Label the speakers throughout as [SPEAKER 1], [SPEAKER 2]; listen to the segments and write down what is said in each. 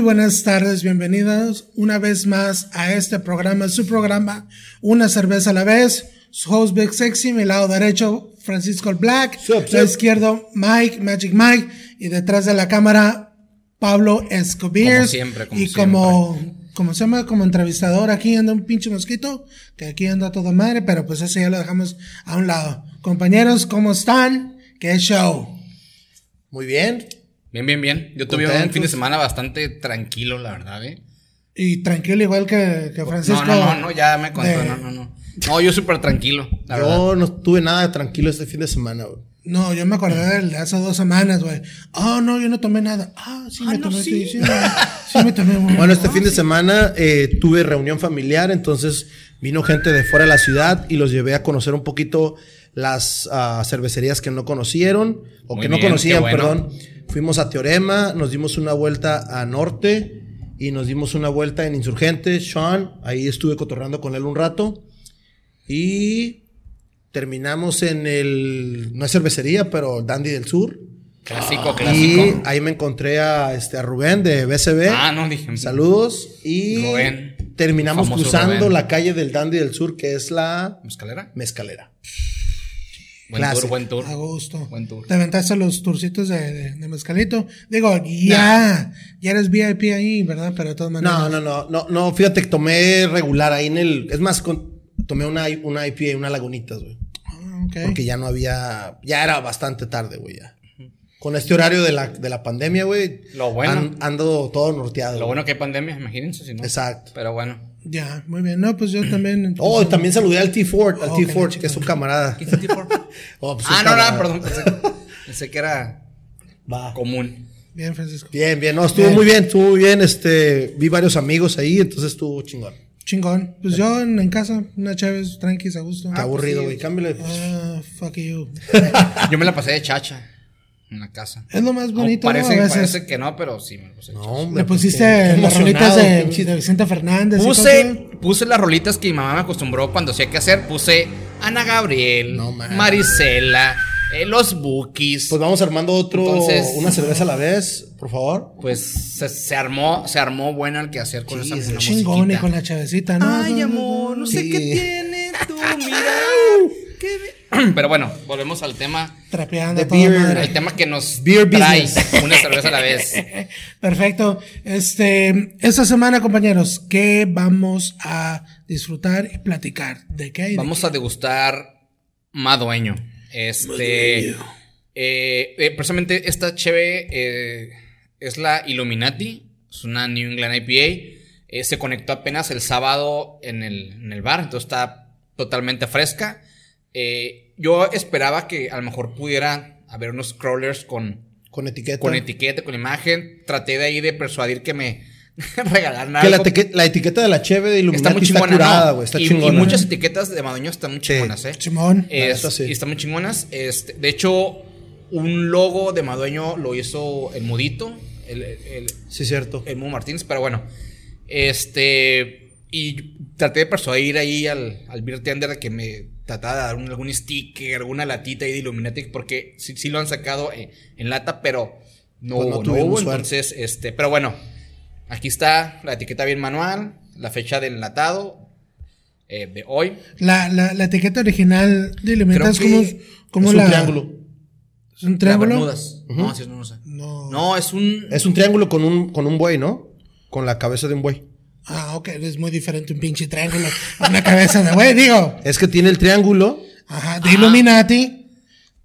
[SPEAKER 1] buenas tardes, bienvenidos una vez más a este programa, su programa, Una cerveza a la vez. Su host Big Sexy, mi lado derecho, Francisco Black,
[SPEAKER 2] Sup,
[SPEAKER 1] lado
[SPEAKER 2] sup.
[SPEAKER 1] izquierdo, Mike, Magic Mike, y detrás de la cámara, Pablo Escobar.
[SPEAKER 3] Como siempre, como
[SPEAKER 1] Y como, como se llama, como entrevistador, aquí anda un pinche mosquito, que aquí anda toda madre, pero pues eso ya lo dejamos a un lado. Compañeros, ¿cómo están? ¿Qué show?
[SPEAKER 2] Muy bien.
[SPEAKER 3] Bien, bien, bien. Yo tuve un
[SPEAKER 2] Contentos.
[SPEAKER 3] fin de semana bastante tranquilo, la verdad, ¿eh?
[SPEAKER 1] Y tranquilo, igual que, que Francisco.
[SPEAKER 3] No, no, no, no, ya me contó,
[SPEAKER 1] de-
[SPEAKER 3] no, no, no. No, yo súper tranquilo, la verdad.
[SPEAKER 2] Yo no tuve nada tranquilo este fin de semana, güey.
[SPEAKER 1] No, yo me acordé del de hace dos semanas, güey. Ah, no, yo no tomé nada. Ah, sí, me
[SPEAKER 3] no,
[SPEAKER 1] tomé. Sí,
[SPEAKER 3] sí.
[SPEAKER 1] sí, sí me tomé. güey.
[SPEAKER 2] Bueno, este fin de semana eh, tuve reunión familiar, entonces vino gente de fuera de la ciudad y los llevé a conocer un poquito las ah, cervecerías que no conocieron o
[SPEAKER 3] Muy
[SPEAKER 2] que no
[SPEAKER 3] bien,
[SPEAKER 2] conocían,
[SPEAKER 3] qué bueno.
[SPEAKER 2] perdón. Fuimos a Teorema, nos dimos una vuelta a Norte y nos dimos una vuelta en Insurgente, Sean, ahí estuve cotorrando con él un rato y terminamos en el, no es cervecería, pero Dandy del Sur.
[SPEAKER 3] Clásico,
[SPEAKER 2] Y
[SPEAKER 3] clásico.
[SPEAKER 2] ahí me encontré a, este, a Rubén de BCB.
[SPEAKER 3] Ah, no, dije.
[SPEAKER 2] Saludos y
[SPEAKER 3] Rubén.
[SPEAKER 2] terminamos
[SPEAKER 3] Famoso
[SPEAKER 2] cruzando
[SPEAKER 3] Rubén.
[SPEAKER 2] la calle del Dandy del Sur, que es la
[SPEAKER 3] ¿Escalera?
[SPEAKER 2] Mezcalera.
[SPEAKER 3] Buen
[SPEAKER 2] Clásico.
[SPEAKER 3] tour, buen tour.
[SPEAKER 1] A gusto.
[SPEAKER 3] Buen tour.
[SPEAKER 1] Ah, Te aventaste los turcitos de, de, de mezcalito. Digo, ya. Ya eres VIP ahí, ¿verdad? Pero de todas maneras.
[SPEAKER 2] No, no, no, no, no, fíjate que tomé regular ahí en el, es más, con- tomé una, I- una IPA, una Lagunitas, güey,
[SPEAKER 1] Ah, ok.
[SPEAKER 2] porque ya no había, ya era bastante tarde, güey, ya. Con este horario de la, de la pandemia, güey,
[SPEAKER 3] Lo bueno.
[SPEAKER 2] an- ando todo norteado.
[SPEAKER 3] Lo
[SPEAKER 2] güey.
[SPEAKER 3] bueno que hay pandemia, imagínense si no.
[SPEAKER 2] Exacto.
[SPEAKER 3] Pero bueno.
[SPEAKER 1] Ya, muy bien. No, pues yo también.
[SPEAKER 2] Oh, y también saludé al T Ford, al
[SPEAKER 1] Oh,
[SPEAKER 2] T
[SPEAKER 1] qué
[SPEAKER 2] Ford,
[SPEAKER 1] chido.
[SPEAKER 2] que es un camarada.
[SPEAKER 3] ¿Qué es el tipo?
[SPEAKER 2] Oh, pues, un
[SPEAKER 3] ah, no,
[SPEAKER 2] camarada.
[SPEAKER 3] no, perdón. Pensé, pensé que era
[SPEAKER 2] Va.
[SPEAKER 3] común.
[SPEAKER 1] Bien, Francisco.
[SPEAKER 2] Bien, bien, no, estuvo
[SPEAKER 1] Bien.
[SPEAKER 2] muy bien, estuvo muy bien, este, vi varios amigos ahí, entonces estuvo
[SPEAKER 1] Ah,
[SPEAKER 2] chingón.
[SPEAKER 1] Chingón. Pues yo en, en casa, una Chávez, tranquis, a gusto.
[SPEAKER 2] Está aburrido, güey, cámbiale.
[SPEAKER 1] pues Ah, fuck you.
[SPEAKER 3] Yo me la pasé de chacha en la casa.
[SPEAKER 1] Es lo más bonito, ¿no?
[SPEAKER 3] parece,
[SPEAKER 1] A veces.
[SPEAKER 3] parece que no, pero sí me la pasé de
[SPEAKER 2] No,
[SPEAKER 3] chacha.
[SPEAKER 2] hombre.
[SPEAKER 1] Le pusiste
[SPEAKER 2] pues,
[SPEAKER 1] las
[SPEAKER 2] emocionado,
[SPEAKER 1] rolitas de,
[SPEAKER 2] pinche-
[SPEAKER 1] de Vicente Fernández. y todo eso.
[SPEAKER 3] Puse, puse las rolitas que mi mamá me acostumbró cuando hacía que hacer. Puse Ana Gabriel,
[SPEAKER 2] No, man.
[SPEAKER 3] Marisela, eh, los Bookies.
[SPEAKER 2] Pues vamos armando otro,
[SPEAKER 3] Entonces-
[SPEAKER 2] una cerveza a la vez, por favor.
[SPEAKER 3] Pues se, se armó, se armó bueno el que hacer con esa buena
[SPEAKER 1] Chingón y
[SPEAKER 3] musiquita.
[SPEAKER 1] con la chavecita, ¿no? No, no, no, no.
[SPEAKER 2] Sí.
[SPEAKER 3] tiene tu mirada. qué be- Pero bueno, volvemos al tema.
[SPEAKER 1] Trapeando
[SPEAKER 2] The
[SPEAKER 1] toda
[SPEAKER 2] beer.
[SPEAKER 1] madre.
[SPEAKER 3] El tema que nos
[SPEAKER 2] Beer
[SPEAKER 3] trae
[SPEAKER 2] business.
[SPEAKER 3] una cerveza a la vez.
[SPEAKER 1] Perfecto. Este, esta semana, compañeros, ¿qué vamos a disfrutar y platicar? ¿De qué? y de
[SPEAKER 3] Vamos a degustar Madueño. Este. eh, eh, precisamente esta cheve eh, es la Illuminati. Es una New England IPA. Eh, se conectó apenas el sábado en el, en el bar. Entonces está totalmente fresca. Eh, yo esperaba que a lo mejor pudiera haber unos crawlers con,
[SPEAKER 2] Con etiqueta.
[SPEAKER 3] con etiqueta, con imagen. Traté de ahí de persuadir que me regalaran
[SPEAKER 2] Que la,
[SPEAKER 3] algo.
[SPEAKER 2] teque- la etiqueta de la cheve de
[SPEAKER 3] Está
[SPEAKER 2] Illuminati
[SPEAKER 3] muy
[SPEAKER 2] está,
[SPEAKER 3] chingona,
[SPEAKER 2] curada,
[SPEAKER 3] ¿no?
[SPEAKER 2] güey, está
[SPEAKER 3] y, y
[SPEAKER 2] chingona. ¿eh?
[SPEAKER 3] muchas etiquetas de Madueño están muy chingonas, ¿eh?
[SPEAKER 1] qué? Simón.
[SPEAKER 3] Es-
[SPEAKER 2] neta, Ah, sí.
[SPEAKER 3] Y están muy chingonas. Este, de hecho, un logo de Madueño lo hizo el Mudito, el, el,
[SPEAKER 2] Sí, cierto.
[SPEAKER 3] el Mu Martínez, pero bueno. Este. Y traté de persuadir ahí al, al beer tender de que me tratara de dar un- algún sticker, alguna latita ahí de Illuminati, porque sí, sí lo han sacado eh, en lata, pero no,
[SPEAKER 2] Pues no
[SPEAKER 3] hubo, no
[SPEAKER 2] tuvimos
[SPEAKER 3] hubo,
[SPEAKER 2] suerte.
[SPEAKER 3] Entonces, este, pero bueno, aquí está la etiqueta bien manual, la fecha del enlatado eh, de hoy.
[SPEAKER 1] La, la, la etiqueta original de Elementas
[SPEAKER 3] Creo
[SPEAKER 1] como,
[SPEAKER 3] que
[SPEAKER 1] como
[SPEAKER 2] es
[SPEAKER 1] la.
[SPEAKER 2] un triángulo.
[SPEAKER 1] ¿Es un
[SPEAKER 3] Las
[SPEAKER 1] triángulo?
[SPEAKER 3] Bermudas. No, así es, no, no sé.
[SPEAKER 1] No.
[SPEAKER 3] No, es un.
[SPEAKER 2] Es un triángulo con un, con un buey, ¿no? Con la cabeza de un buey.
[SPEAKER 1] Ah, ok, es muy diferente un pinche triángulo a una cabeza de güey, digo.
[SPEAKER 2] Es que tiene el triángulo.
[SPEAKER 1] Ajá, de Illuminati.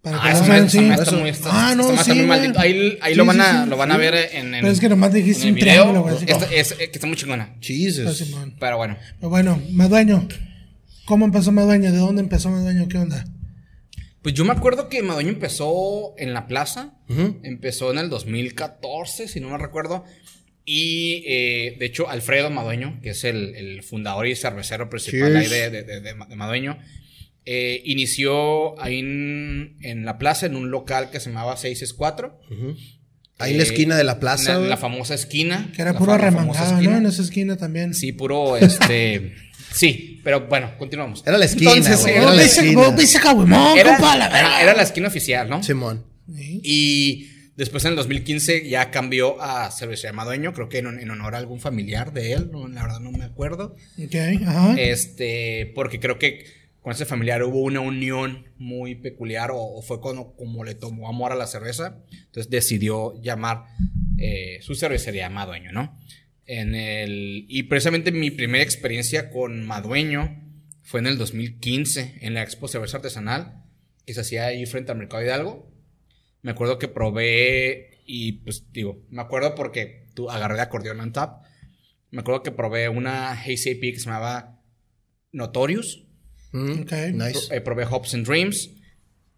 [SPEAKER 1] Para
[SPEAKER 3] Ah,
[SPEAKER 1] que
[SPEAKER 3] esa
[SPEAKER 1] no
[SPEAKER 3] madre-
[SPEAKER 1] vean,
[SPEAKER 3] esa
[SPEAKER 1] sí.
[SPEAKER 3] madre está muy- está-
[SPEAKER 1] Ah,
[SPEAKER 3] esta
[SPEAKER 1] no,
[SPEAKER 3] madre está
[SPEAKER 1] sí,
[SPEAKER 3] muy
[SPEAKER 1] güey.
[SPEAKER 3] maldita. Ahí, ahí
[SPEAKER 1] Sí,
[SPEAKER 3] lo van
[SPEAKER 1] sí,
[SPEAKER 3] a,
[SPEAKER 1] sí,
[SPEAKER 3] lo van a
[SPEAKER 1] sí.
[SPEAKER 3] ver en, en
[SPEAKER 1] Pero es que nomás dijiste
[SPEAKER 3] en el
[SPEAKER 1] un triángulo, güey, así
[SPEAKER 3] Esta-
[SPEAKER 1] como-
[SPEAKER 3] es, eh, que está muy chingona.
[SPEAKER 1] Ah,
[SPEAKER 2] Jesus.
[SPEAKER 1] Simón.
[SPEAKER 3] Pero bueno.
[SPEAKER 1] Pero bueno, Madueño. ¿Cómo empezó Madueño? ¿De dónde empezó Madueño? ¿Qué onda?
[SPEAKER 3] Pues yo me acuerdo que Madueño empezó en la plaza.
[SPEAKER 2] Ujú.
[SPEAKER 3] Empezó en el 2014, si no me recuerdo. Y eh, de hecho, Alfredo Madueño, que es el, el fundador y cervecero principal ahí
[SPEAKER 2] Cheers.
[SPEAKER 3] de, de- de- de Ma- de Madueño, eh, inició ahí en, en la plaza, en un local que se llamaba 664.
[SPEAKER 2] Ujú. Ahí en la
[SPEAKER 3] Eh,
[SPEAKER 2] esquina de la
[SPEAKER 3] en
[SPEAKER 2] plaza.
[SPEAKER 3] la-
[SPEAKER 2] güey.
[SPEAKER 3] la famosa esquina.
[SPEAKER 1] Que era
[SPEAKER 3] la
[SPEAKER 1] puro
[SPEAKER 3] fa- la famosa
[SPEAKER 1] arremangado,
[SPEAKER 3] esquina.
[SPEAKER 1] ¿no? En esa esquina también.
[SPEAKER 3] Sí, puro, este... sí, pero bueno, continuamos.
[SPEAKER 2] Era la esquina, güey,
[SPEAKER 3] eh,
[SPEAKER 2] era
[SPEAKER 1] Vos
[SPEAKER 2] la
[SPEAKER 1] viste-
[SPEAKER 2] esquina.
[SPEAKER 1] vos viste Caguamón,
[SPEAKER 3] era,
[SPEAKER 1] compa, la verga.
[SPEAKER 3] era- era la esquina oficial, ¿no?
[SPEAKER 2] Simón.
[SPEAKER 1] Sí.
[SPEAKER 3] Y Después en el 2015 ya cambió a cervecería Madueño, creo que en, en honor a algún familiar de él, no, la verdad no me acuerdo.
[SPEAKER 1] Ok, ajá.
[SPEAKER 2] Eh,
[SPEAKER 3] Este, porque creo que con ese familiar hubo una unión muy peculiar o, o fue cuando, como le tomó amor a la cerveza. Entonces decidió llamar eh, su cervecería Madueño, ¿no? En el, y precisamente mi primera experiencia con Madueño fue en el 2015, en la Expo Cerveza Artesanal, que se hacía ahí frente al Mercado Hidalgo. Me acuerdo que probé y pues digo, me acuerdo porque tú agarré de acordeón on tap. Me acuerdo que probé una Hazy IP que se llamaba Notorious.
[SPEAKER 2] Mm,
[SPEAKER 1] Ok.
[SPEAKER 2] Nice.
[SPEAKER 3] Eh, probé Hopes and Dreams.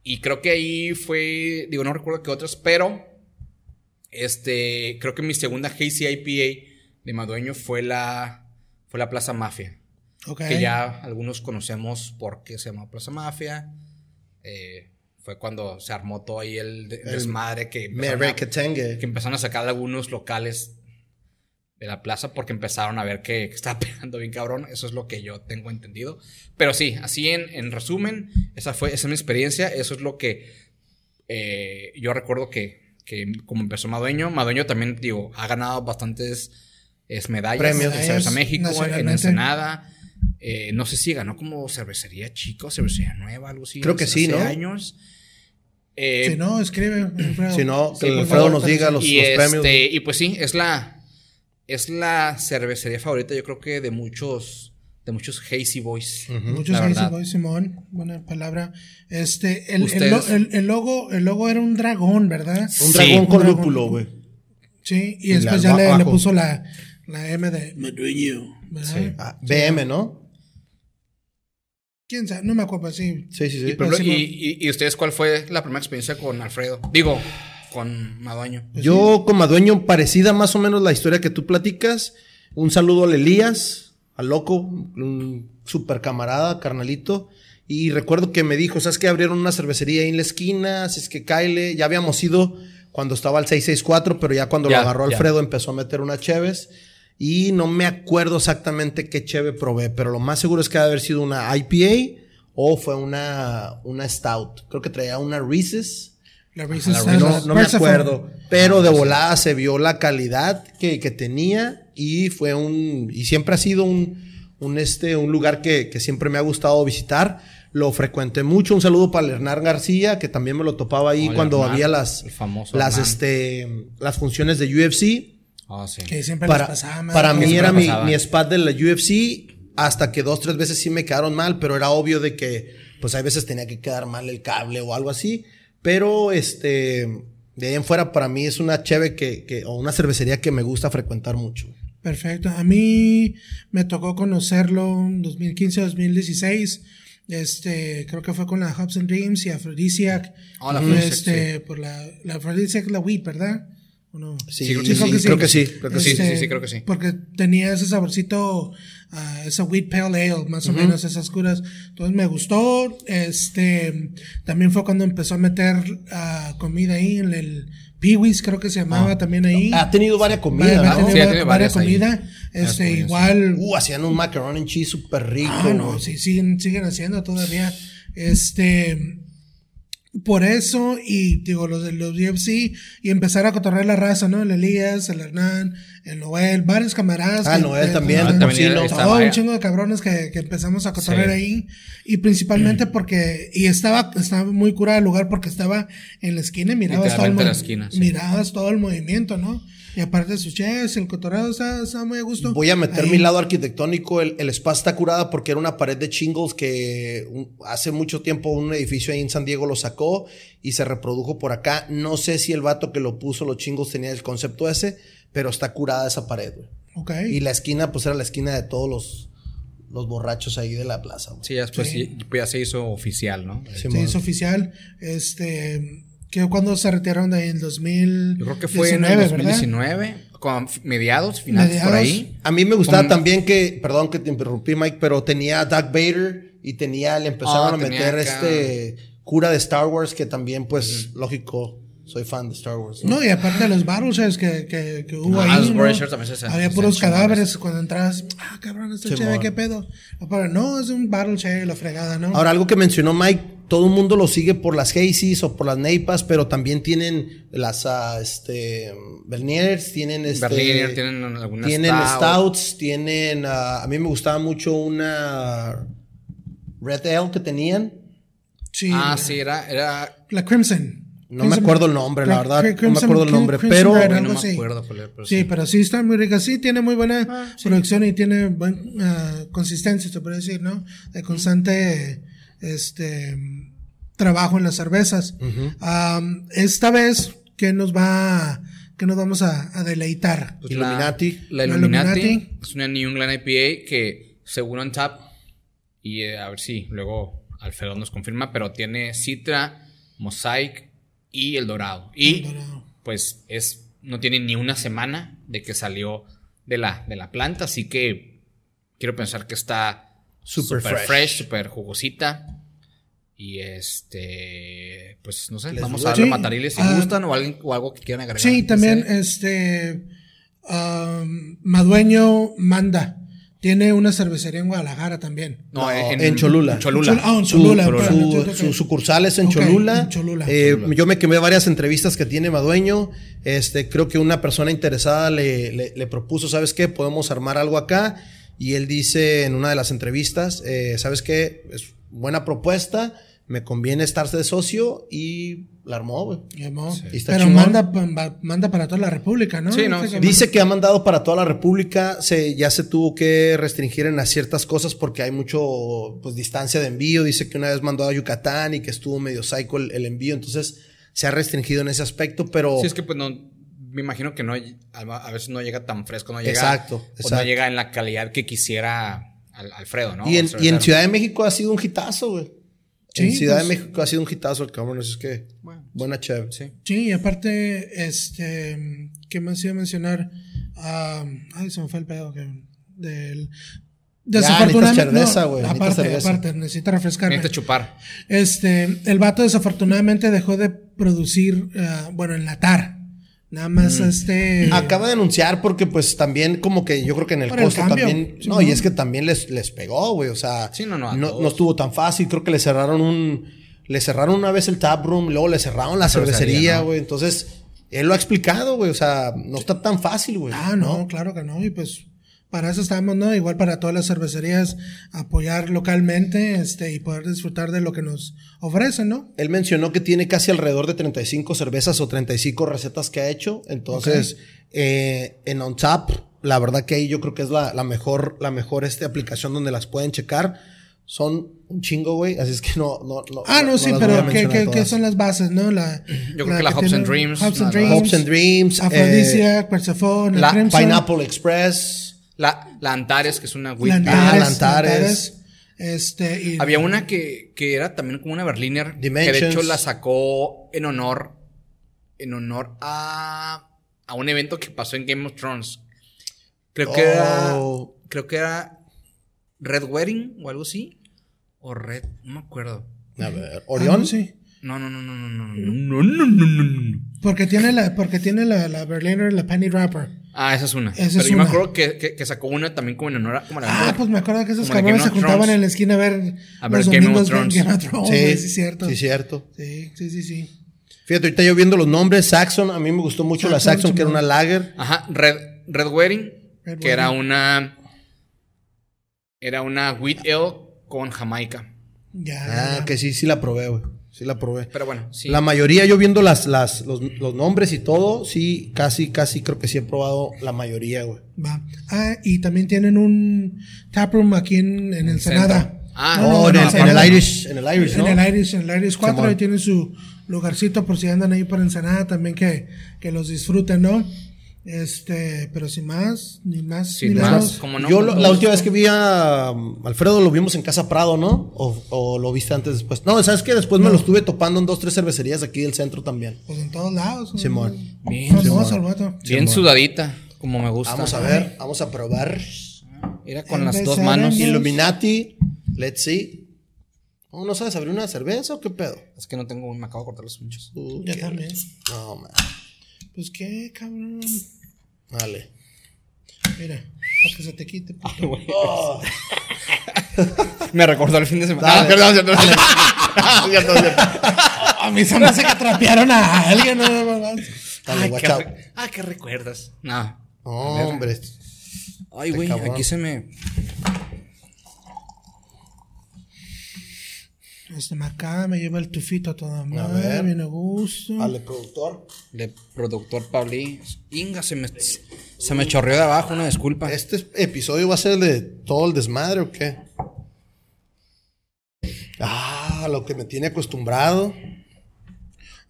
[SPEAKER 3] Y creo que ahí fue, digo, no recuerdo qué otras, pero este, creo que mi segunda Hazy IPA de Madueño fue la, fue la Plaza Mafia.
[SPEAKER 1] Ok.
[SPEAKER 3] Que ya algunos conocemos por qué se llama Plaza Mafia. Eh, fue cuando se armó todo ahí el, de- desmadre que empezaron,
[SPEAKER 2] Mary
[SPEAKER 3] a, que
[SPEAKER 2] Katangue.
[SPEAKER 3] empezaron a sacar algunos locales de la plaza porque empezaron a ver que, que estaba pegando bien cabrón. Eso es lo que yo tengo entendido. Pero sí, así en, en resumen, esa fue esa es mi experiencia. Eso es lo que eh, yo recuerdo que, que como empezó Madueño, Madueño también, digo, ha ganado bastantes es, medallas.
[SPEAKER 2] Premios.
[SPEAKER 3] En Cerveza
[SPEAKER 1] Medallas
[SPEAKER 3] México, en
[SPEAKER 1] nacionalmente.
[SPEAKER 3] Ensenada. Eh, no sé si ganó como cervecería chico, cervecería nueva, algo así.
[SPEAKER 2] Creo que sí,
[SPEAKER 3] hace
[SPEAKER 2] ¿no?
[SPEAKER 3] años. Eh,
[SPEAKER 1] si no, escribe. Alfredo.
[SPEAKER 2] Si no,
[SPEAKER 1] Sí,
[SPEAKER 2] que
[SPEAKER 1] por
[SPEAKER 2] Alfredo
[SPEAKER 1] favor,
[SPEAKER 2] nos diga los,
[SPEAKER 3] y,
[SPEAKER 2] los
[SPEAKER 3] este,
[SPEAKER 2] premios.
[SPEAKER 3] y pues sí, es la es la cervecería favorita, yo creo que de muchos de muchos Hazy Boys.
[SPEAKER 2] Ujú.
[SPEAKER 1] Muchos
[SPEAKER 3] la
[SPEAKER 1] gracias,
[SPEAKER 3] verdad.
[SPEAKER 1] Boy Simón. Buena palabra. Este, el, el,
[SPEAKER 3] Ustedes.
[SPEAKER 1] lo- el- el logo, el logo era un dragón, ¿verdad?
[SPEAKER 2] Un
[SPEAKER 3] Sí.
[SPEAKER 2] dragón con
[SPEAKER 1] Un dragón.
[SPEAKER 2] lúpulo, güey.
[SPEAKER 1] Sí, y
[SPEAKER 2] Y
[SPEAKER 1] después
[SPEAKER 2] las
[SPEAKER 1] ya
[SPEAKER 2] ba-
[SPEAKER 1] le, le
[SPEAKER 2] abajo.
[SPEAKER 1] puso la, la M de Madueño. ¿verdad?
[SPEAKER 3] Sí.
[SPEAKER 2] Ah, BM, ¿no?
[SPEAKER 1] ¿Quién sabe? No me acuerdo, sí.
[SPEAKER 2] Sí, sí,
[SPEAKER 3] Y,
[SPEAKER 2] sí.
[SPEAKER 3] por ejemplo,
[SPEAKER 1] Simón.
[SPEAKER 3] y- y- y ustedes cuál fue la primera experiencia con Alfredo? Digo, con Madueño.
[SPEAKER 2] Yo, como dueño, parecida más o menos la historia que tú platicas. Un saludo al Elías, al loco, un super camarada, carnalito. Y recuerdo que me dijo, ¿sabes que abrieron una cervecería ahí en la esquina? Si es que Kyle, ya habíamos ido cuando estaba el 664, pero ya cuando
[SPEAKER 3] Ya,
[SPEAKER 2] lo agarró
[SPEAKER 3] ya.
[SPEAKER 2] Alfredo empezó a meter una Cheves. Y no me acuerdo exactamente qué Cheve probé, pero lo más seguro es que ha de haber sido una IPA o fue una, una Stout. Creo que traía una Reese's.
[SPEAKER 1] La
[SPEAKER 2] La
[SPEAKER 1] Reese's
[SPEAKER 2] verdad, no,
[SPEAKER 1] Stars,
[SPEAKER 2] no me
[SPEAKER 1] Persephone.
[SPEAKER 2] acuerdo. Pero
[SPEAKER 3] Ah,
[SPEAKER 2] de volada se vio la calidad que, que tenía y fue un. Y siempre ha sido un, un, este, un lugar que, que siempre me ha gustado visitar. Lo frecuenté mucho. Un saludo para el Hernán García, que también me lo topaba ahí
[SPEAKER 3] Hola,
[SPEAKER 2] cuando
[SPEAKER 3] Hernán,
[SPEAKER 2] había las,
[SPEAKER 3] el famoso
[SPEAKER 2] las,
[SPEAKER 3] Hernán.
[SPEAKER 2] este, las funciones de UFC
[SPEAKER 3] Ah, sí.
[SPEAKER 1] Que siempre
[SPEAKER 2] para,
[SPEAKER 1] las pasaban.
[SPEAKER 2] para
[SPEAKER 1] ¿no?
[SPEAKER 2] mí
[SPEAKER 3] Siempre
[SPEAKER 2] era
[SPEAKER 3] las
[SPEAKER 2] mi,
[SPEAKER 3] pasaban.
[SPEAKER 2] mi spot de la UFC hasta que dos, tres veces sí me quedaron mal, pero era obvio de que, pues hay veces tenía que quedar mal el cable o algo así. Pero este, de ahí en fuera para mí es una cheve que, que- o una cervecería que me gusta frecuentar mucho.
[SPEAKER 1] Perfecto. A mí me tocó conocerlo en 2015-2016. Este, creo que fue con la Hobson Dreams y Aphrodisiac.
[SPEAKER 3] Ah, la
[SPEAKER 1] Y,
[SPEAKER 3] Afrodisiac,
[SPEAKER 1] este, por la, la Aphrodisiac es la Wii, ¿verdad? ¿O no?
[SPEAKER 2] Sí,
[SPEAKER 3] Sí, creo
[SPEAKER 2] sí,
[SPEAKER 3] que sí.
[SPEAKER 2] creo que sí, creo que sí.
[SPEAKER 3] sí, sí,
[SPEAKER 1] Este,
[SPEAKER 3] sí, creo que sí.
[SPEAKER 1] Porque tenía ese saborcito, ah, esa wheat pale ale, más o menos, esas curas. Entonces me gustó. Este, también fue cuando empezó a meter ah, comida ahí en el Peewees, creo que se llamaba también ahí.
[SPEAKER 2] Ha tenido varias
[SPEAKER 1] Varias-
[SPEAKER 2] comidas,
[SPEAKER 1] varias-
[SPEAKER 2] ¿no?
[SPEAKER 3] Sí, ha
[SPEAKER 1] varias
[SPEAKER 3] tenido varias ahí.
[SPEAKER 1] comida.
[SPEAKER 3] Varias
[SPEAKER 1] Este,
[SPEAKER 3] comidas,
[SPEAKER 1] igual.
[SPEAKER 2] Uh, hacían un macaroni and cheese súper rico.
[SPEAKER 1] Ah, no, sí, siguen, siguen haciendo todavía. Este. Por eso, y digo, los de los UFC, y empezar a cotorrear la raza, ¿no? El Elías, el Hernán, el Noel, varios camaradas.
[SPEAKER 2] Ah,
[SPEAKER 1] que-
[SPEAKER 2] Noel
[SPEAKER 1] que-
[SPEAKER 2] también,
[SPEAKER 1] que-
[SPEAKER 3] Ah, también
[SPEAKER 2] sí, no.
[SPEAKER 3] estaba
[SPEAKER 1] todo un
[SPEAKER 3] allá.
[SPEAKER 1] chingo de cabrones que, que empezamos a cotorrear
[SPEAKER 3] Sí.
[SPEAKER 1] ahí. Y principalmente porque, y estaba, estaba muy curado el lugar porque estaba en la esquina y mirabas todo el,
[SPEAKER 3] Literalmente
[SPEAKER 1] mo-
[SPEAKER 3] la esquina, sí.
[SPEAKER 1] mirabas todo el movimiento, ¿no? Y aparte sus chefs, el cotorreo, está, está muy a gusto.
[SPEAKER 2] Voy a meter
[SPEAKER 1] Ahí.
[SPEAKER 2] mi lado arquitectónico. El, el spa está curada porque era una pared de chingles que un- hace mucho tiempo un edificio ahí en San Diego lo sacó y se reprodujo por acá. No sé si el vato que lo puso los chingles tenía el concepto ese, pero está curada esa pared, güey.
[SPEAKER 1] Ok.
[SPEAKER 2] Y la esquina, pues era la esquina de todos los, los borrachos ahí de la plaza, güey.
[SPEAKER 3] Sí, ya después
[SPEAKER 1] Sí.
[SPEAKER 3] sí, pues ya se hizo oficial, ¿no?
[SPEAKER 2] Sí,
[SPEAKER 1] Sí,
[SPEAKER 2] mon.
[SPEAKER 1] es oficial. Este, que cuando se retiraron de ahí en 2000.
[SPEAKER 3] Yo creo que fue en el 2019, con f- mediados, finales por
[SPEAKER 1] Mediados.
[SPEAKER 3] ahí.
[SPEAKER 2] A mí me gustaba
[SPEAKER 3] Con-
[SPEAKER 2] también que, perdón que te interrumpí, Mike, pero tenía a Doug Vader y tenía, le empezaron
[SPEAKER 3] Ah,
[SPEAKER 2] a
[SPEAKER 3] tenía
[SPEAKER 2] meter
[SPEAKER 3] acá.
[SPEAKER 2] este cura de Star Wars, que también, pues, lógico, soy fan de Star Wars. ¿no?
[SPEAKER 1] No, y aparte de los barrels que, que, que hubo
[SPEAKER 3] Ah,
[SPEAKER 1] ahí.
[SPEAKER 3] los
[SPEAKER 1] ¿no?
[SPEAKER 3] barrels también se-
[SPEAKER 1] Había
[SPEAKER 3] se-
[SPEAKER 1] puros
[SPEAKER 3] se-
[SPEAKER 1] cadáveres cuando entrabas. Ah, cabrón, está
[SPEAKER 2] Simón.
[SPEAKER 1] chévere, qué pedo. Pero no, es un barrel share, la fregada, ¿no?
[SPEAKER 3] Ah,
[SPEAKER 2] Ahora, algo que mencionó Mike todo el mundo lo sigue por las Hazy's o por las Neipas, pero también tienen las ah, este, Berniers, tienen este,
[SPEAKER 3] Berliner, tienen algunas
[SPEAKER 2] tienen
[SPEAKER 3] stout.
[SPEAKER 2] Stouts, tienen. ah, a mí me gustaba mucho una Red Ale que tenían.
[SPEAKER 1] Sí.
[SPEAKER 3] Ah, sí, era, era,
[SPEAKER 1] La Crimson.
[SPEAKER 2] No me acuerdo el nombre, la
[SPEAKER 1] Cri-
[SPEAKER 2] verdad,
[SPEAKER 1] Cri-
[SPEAKER 2] no me acuerdo el
[SPEAKER 1] Cri-
[SPEAKER 2] nombre,
[SPEAKER 1] Crimson
[SPEAKER 2] pero-
[SPEAKER 1] Red,
[SPEAKER 2] Bueno,
[SPEAKER 1] algo
[SPEAKER 3] no me
[SPEAKER 1] así.
[SPEAKER 3] acuerdo cuál era, pero
[SPEAKER 1] Sí,
[SPEAKER 3] Pues sí.
[SPEAKER 1] pero sí está muy rica. Sí, tiene muy buena producción y tiene buena consistencia, se puede decir, ¿no? De constante este mm, trabajo en las cervezas. Am, esta vez, ¿qué nos va que nos vamos a, a deleitar?
[SPEAKER 3] Pues
[SPEAKER 2] Illuminati.
[SPEAKER 3] La,
[SPEAKER 1] La
[SPEAKER 3] Illuminati,
[SPEAKER 1] Illuminati.
[SPEAKER 3] es una New England IPA que seguro en tap y eh, a ver si luego Alfredo nos confirma, pero tiene Citra, Mosaic y El Dorado. Y pues es no tiene ni una semana de que salió de la, de la planta, así que quiero pensar que está
[SPEAKER 2] Super
[SPEAKER 3] super,
[SPEAKER 2] fresh.
[SPEAKER 3] fresh, super jugosita. Y este, pues no sé,
[SPEAKER 2] Les
[SPEAKER 3] vamos
[SPEAKER 2] gusta.
[SPEAKER 3] a darle
[SPEAKER 1] Sí,
[SPEAKER 3] matariles si
[SPEAKER 1] ah,
[SPEAKER 3] gustan o, alguien- o algo que quieran agregar.
[SPEAKER 1] Sí,
[SPEAKER 3] Que
[SPEAKER 1] también
[SPEAKER 3] sea.
[SPEAKER 1] este am, Madueño Manda. Tiene una cervecería en Guadalajara también.
[SPEAKER 3] No,
[SPEAKER 2] No,
[SPEAKER 3] en,
[SPEAKER 2] en Cholula.
[SPEAKER 3] Cholula.
[SPEAKER 1] Chol- ah, en
[SPEAKER 2] Su-
[SPEAKER 1] Cholula,
[SPEAKER 2] su-
[SPEAKER 1] perdón, yo creo
[SPEAKER 2] su-
[SPEAKER 1] que-
[SPEAKER 2] sus sucursales en
[SPEAKER 1] Ok,
[SPEAKER 2] Cholula.
[SPEAKER 1] en Cholula.
[SPEAKER 2] Eh,
[SPEAKER 3] Cholula.
[SPEAKER 2] Yo me quemé varias entrevistas que tiene Madueño. Este, creo que una persona interesada le, le- le propuso, ¿sabes qué? Podemos armar algo acá. Y él dice en una de las entrevistas, eh, ¿sabes qué? Es buena propuesta, me conviene estarse de socio y la armó, güey.
[SPEAKER 1] Llamó.
[SPEAKER 3] Sí.
[SPEAKER 2] Y está
[SPEAKER 1] Pero
[SPEAKER 2] chingón.
[SPEAKER 1] manda, pa- pa- manda para toda la República, ¿no?
[SPEAKER 3] Sí, no,
[SPEAKER 1] Dice que
[SPEAKER 2] Dice que ha mandado para toda la República, se, ya se tuvo que restringir en las ciertas cosas porque hay mucho pues, distancia de envío. Dice que una vez mandó a Yucatán y que estuvo medio psycho el, el envío, entonces se ha restringido en ese aspecto, pero
[SPEAKER 3] Sí, es que pues no, me imagino que no, a a veces no llega tan fresco, no llega.
[SPEAKER 2] Exacto,
[SPEAKER 3] o
[SPEAKER 2] exacto.
[SPEAKER 3] no llega en la calidad que quisiera Al- Alfredo, ¿no?
[SPEAKER 2] y, en,
[SPEAKER 3] O sea,
[SPEAKER 2] y en
[SPEAKER 3] claro.
[SPEAKER 2] Ciudad de México ha sido un hitazo, güey.
[SPEAKER 1] Sí,
[SPEAKER 2] en Ciudad de
[SPEAKER 1] pues-
[SPEAKER 2] México ha sido un hitazo el cabrón, así es que
[SPEAKER 3] Bueno,
[SPEAKER 2] buena chévere.
[SPEAKER 3] sí.
[SPEAKER 1] Sí, y aparte, este, ¿qué más iba a mencionar? Ah, ay, se me fue el pedo que del
[SPEAKER 2] necesitas cerveza, güey, necesitas
[SPEAKER 1] aparte,
[SPEAKER 2] cerveza.
[SPEAKER 1] aparte, necesito refrescarme.
[SPEAKER 3] Necesita chupar.
[SPEAKER 1] Este, el vato desafortunadamente dejó de producir, ah, bueno, enlatar. Nada
[SPEAKER 2] Mm.
[SPEAKER 1] más este.
[SPEAKER 2] Acaba de anunciar porque pues también como que yo creo que en el
[SPEAKER 1] Por el
[SPEAKER 2] costo
[SPEAKER 1] cambio,
[SPEAKER 2] también...
[SPEAKER 1] sí,
[SPEAKER 2] no, y
[SPEAKER 1] ¿no?
[SPEAKER 2] es que también les, les pegó, güey. O sea,
[SPEAKER 3] Sí, no, no, a
[SPEAKER 2] no,
[SPEAKER 3] todos.
[SPEAKER 2] estuvo tan fácil. Creo que le cerraron un... Le cerraron una vez el taproom, luego le cerraron la
[SPEAKER 3] Cervecería,
[SPEAKER 2] cervecería,
[SPEAKER 3] ¿no?
[SPEAKER 2] güey. Entonces, él lo ha explicado, güey. O sea, no está tan fácil, güey.
[SPEAKER 1] Ah, no, claro que no. Y pues para eso estamos, ¿no? Igual para todas las cervecerías, apoyar localmente este, y poder disfrutar de lo que nos ofrecen, ¿no?
[SPEAKER 2] Él mencionó que tiene casi alrededor de 35 cervezas o 35 recetas que ha hecho. Entonces, eh, en On Tap, la verdad que ahí yo creo que es la, la mejor, la mejor este, aplicación donde las pueden checar. Son un chingo, güey. Así es que no, no, no.
[SPEAKER 1] Ah, no,
[SPEAKER 2] no
[SPEAKER 1] sí,
[SPEAKER 2] las voy a
[SPEAKER 1] pero ¿qué,
[SPEAKER 2] mencionar
[SPEAKER 1] qué- qué
[SPEAKER 2] todas.
[SPEAKER 1] son las bases, no? La,
[SPEAKER 3] Yo creo que la Hops
[SPEAKER 1] tiene-
[SPEAKER 3] and Dreams,
[SPEAKER 1] Hops and
[SPEAKER 3] la- la
[SPEAKER 1] Dreams.
[SPEAKER 2] Hopes and Dreams, eh,
[SPEAKER 1] Afrodisiac, Persephone,
[SPEAKER 2] la
[SPEAKER 1] Crimson,
[SPEAKER 2] Pineapple Express.
[SPEAKER 3] La, la Antares, que es una
[SPEAKER 1] la
[SPEAKER 3] whip.
[SPEAKER 1] Antares,
[SPEAKER 2] Ah, la
[SPEAKER 1] la
[SPEAKER 2] Antares.
[SPEAKER 1] Antares, Este, y
[SPEAKER 3] Había una que, que era también como una Berliner. Que de
[SPEAKER 2] Dimensions.
[SPEAKER 3] hecho la sacó en honor. En honor a. a un evento que pasó en Game of Thrones. Creo que
[SPEAKER 2] Oh.
[SPEAKER 3] era. Creo que era. Red Wedding o algo así. O Red. No me acuerdo.
[SPEAKER 2] A ver,
[SPEAKER 1] Ah,
[SPEAKER 2] Orión.
[SPEAKER 1] no, sí.
[SPEAKER 3] No, no, no, no, no, no, no, no, no, no, no, no.
[SPEAKER 1] Porque tiene la, porque tiene la, la Berliner, la Penny Wrapper.
[SPEAKER 3] Ah, esa es una.
[SPEAKER 1] Esa
[SPEAKER 3] Pero
[SPEAKER 1] es
[SPEAKER 3] yo me
[SPEAKER 1] una.
[SPEAKER 3] acuerdo que, que, que sacó una también como en honor a. Como a la
[SPEAKER 1] Ah, pues me acuerdo que esos
[SPEAKER 3] Como la
[SPEAKER 1] cabrones se
[SPEAKER 3] Game of
[SPEAKER 1] juntaban
[SPEAKER 3] Thrones.
[SPEAKER 1] en la esquina a ver,
[SPEAKER 3] A ver
[SPEAKER 1] los
[SPEAKER 3] Game of
[SPEAKER 1] domingos de
[SPEAKER 3] Thrones.
[SPEAKER 1] Game of Thrones. Sí, sí, es cierto.
[SPEAKER 2] Sí, cierto.
[SPEAKER 1] Sí, sí, sí, sí.
[SPEAKER 2] Fíjate, ahorita yo viendo los nombres, Saxon, a mí me gustó mucho la
[SPEAKER 1] Saxon,
[SPEAKER 2] Saxon, que era una
[SPEAKER 1] chingón.
[SPEAKER 2] lager.
[SPEAKER 3] Ajá, Red, Red Wedding,
[SPEAKER 1] Red
[SPEAKER 3] que era
[SPEAKER 1] Wedding.
[SPEAKER 3] una. Era una Wheat Ale con Jamaica.
[SPEAKER 1] Ya.
[SPEAKER 2] Ah,
[SPEAKER 1] ya.
[SPEAKER 2] que sí, sí la probé, güey. Sí la probé.
[SPEAKER 3] Pero bueno, sí.
[SPEAKER 2] La mayoría, yo viendo las, las, los, los nombres y todo, sí, casi, casi creo que sí he probado la mayoría, güey.
[SPEAKER 1] Va. Ah, y también tienen un taproom aquí en, en Ensenada.
[SPEAKER 3] Centro. Ah,
[SPEAKER 2] Oh, en, el, en
[SPEAKER 1] Ensenada.
[SPEAKER 2] el Irish, en el Irish, ¿no?
[SPEAKER 1] Pues En el Irish, en el Irish 4,
[SPEAKER 2] Simón.
[SPEAKER 1] ahí tienen su lugarcito por si andan ahí por Ensenada también que, que los disfruten, ¿no? Este, pero sin más, ni más,
[SPEAKER 3] Sin
[SPEAKER 1] ni
[SPEAKER 3] más,
[SPEAKER 1] menos.
[SPEAKER 3] como no.
[SPEAKER 2] yo lo- la
[SPEAKER 3] no,
[SPEAKER 2] última vez que vi a um, Alfredo lo vimos en Casa Prado, ¿no? O, o lo viste antes después. No, ¿sabes qué? Después me lo estuve topando en dos, tres cervecerías aquí del centro también.
[SPEAKER 1] Pues en todos lados. ¿no?
[SPEAKER 2] Simón.
[SPEAKER 3] Bien,
[SPEAKER 1] Famoso el vato.
[SPEAKER 3] Bien sudadita, como me gusta.
[SPEAKER 2] Vamos a ver, vamos a probar.
[SPEAKER 3] Era con las dos
[SPEAKER 1] Empezaremos.
[SPEAKER 3] manos.
[SPEAKER 2] Illuminati, let's see. Oh, ¿No sabes abrir una cerveza o qué pedo?
[SPEAKER 3] Es que no tengo un. Me acabo de cortar los muchos.
[SPEAKER 2] Tú
[SPEAKER 1] Yo
[SPEAKER 2] qué-
[SPEAKER 1] también.
[SPEAKER 2] No, man.
[SPEAKER 1] Pues qué, cabrón.
[SPEAKER 2] Dale.
[SPEAKER 1] Mira, para que se te quite. puto.
[SPEAKER 3] Me recordó el fin de semana.
[SPEAKER 2] Dale.
[SPEAKER 3] Ah, perdón, perdón.
[SPEAKER 2] Cierto, cierto.
[SPEAKER 1] A mí se me hace que trapearon a alguien. ¿no?
[SPEAKER 2] Dale,
[SPEAKER 3] Ay, qué
[SPEAKER 2] guachao.
[SPEAKER 3] re- ah, ¿qué recuerdas? No.
[SPEAKER 2] Hombre.
[SPEAKER 3] Ay,
[SPEAKER 2] Este
[SPEAKER 3] güey,
[SPEAKER 2] cabrón.
[SPEAKER 3] aquí se me.
[SPEAKER 1] Este acá me lleva el tufito a toda
[SPEAKER 2] ver.
[SPEAKER 1] madre, bien a gusto.
[SPEAKER 2] Al productor.
[SPEAKER 3] De productor Pablí. Inga, se me, se me chorreó de abajo, una disculpa.
[SPEAKER 2] ¿Este episodio va a ser el de todo el desmadre o qué? Ah, lo que me tiene acostumbrado.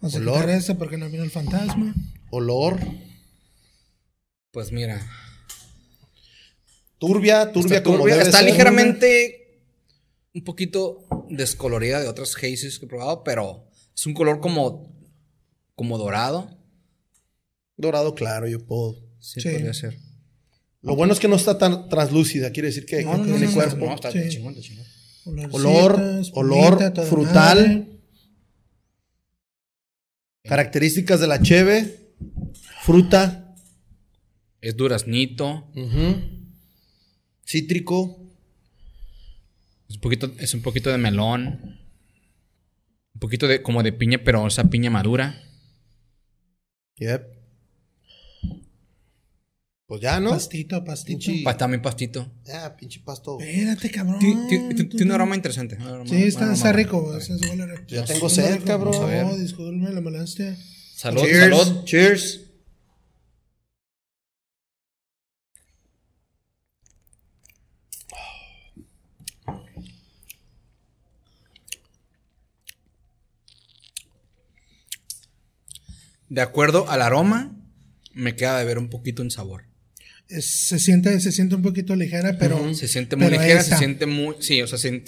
[SPEAKER 1] No sé
[SPEAKER 2] Olor.
[SPEAKER 1] qué este porque no vino el fantasma.
[SPEAKER 2] Olor.
[SPEAKER 3] Pues mira.
[SPEAKER 2] Turbia, turbia
[SPEAKER 3] Está,
[SPEAKER 2] como
[SPEAKER 3] turbia,
[SPEAKER 2] debe
[SPEAKER 3] está
[SPEAKER 2] ser.
[SPEAKER 3] ligeramente un poquito descolorida de otras Hazes que he probado, pero es un color como, como dorado.
[SPEAKER 2] Dorado claro, yo puedo.
[SPEAKER 3] Sí,
[SPEAKER 1] Sí.
[SPEAKER 3] podría ser.
[SPEAKER 2] Lo bueno es que no está tan translúcida, quiere decir que
[SPEAKER 1] No,
[SPEAKER 2] que
[SPEAKER 1] no,
[SPEAKER 2] tiene
[SPEAKER 1] no, no,
[SPEAKER 2] cuerpo.
[SPEAKER 3] No, está
[SPEAKER 1] Sí.
[SPEAKER 3] chingón, está chingón.
[SPEAKER 2] Olor,
[SPEAKER 1] Olorcitas,
[SPEAKER 2] olor
[SPEAKER 1] pulita, toda
[SPEAKER 2] frutal.
[SPEAKER 1] madre.
[SPEAKER 2] Características de la cheve. Fruta.
[SPEAKER 3] Es duraznito.
[SPEAKER 2] ujú, Cítrico.
[SPEAKER 3] Es un poquito, es un poquito de melón. Un poquito de, como de piña, pero esa piña madura.
[SPEAKER 2] Yep. Pues ya, ¿no?
[SPEAKER 1] Pastito, pastito.
[SPEAKER 2] Pinche-
[SPEAKER 3] Pa- También pastito.
[SPEAKER 2] Ah, pinche pasto.
[SPEAKER 1] Espérate, cabrón.
[SPEAKER 3] Ti- ti- ti- Tiene un aroma interesante. Un aroma-
[SPEAKER 1] Sí, está,
[SPEAKER 3] un
[SPEAKER 1] está
[SPEAKER 3] aroma-
[SPEAKER 1] rico. güey, ese es bueno.
[SPEAKER 2] Ya
[SPEAKER 1] No,
[SPEAKER 2] tengo
[SPEAKER 1] sí,
[SPEAKER 2] sed,
[SPEAKER 1] rico.
[SPEAKER 2] cabrón.
[SPEAKER 1] No,
[SPEAKER 2] A ver.
[SPEAKER 1] disculpe la molestia.
[SPEAKER 3] Salud,
[SPEAKER 2] Cheers.
[SPEAKER 3] salud.
[SPEAKER 2] Cheers.
[SPEAKER 3] De acuerdo al aroma, me queda de ver un poquito en sabor.
[SPEAKER 1] Es- se, siente, se siente un poquito ligera, pero.
[SPEAKER 3] Se siente muy
[SPEAKER 1] pero ahí
[SPEAKER 3] ligera, se
[SPEAKER 1] está.
[SPEAKER 3] siente muy. Sí, o sea, se-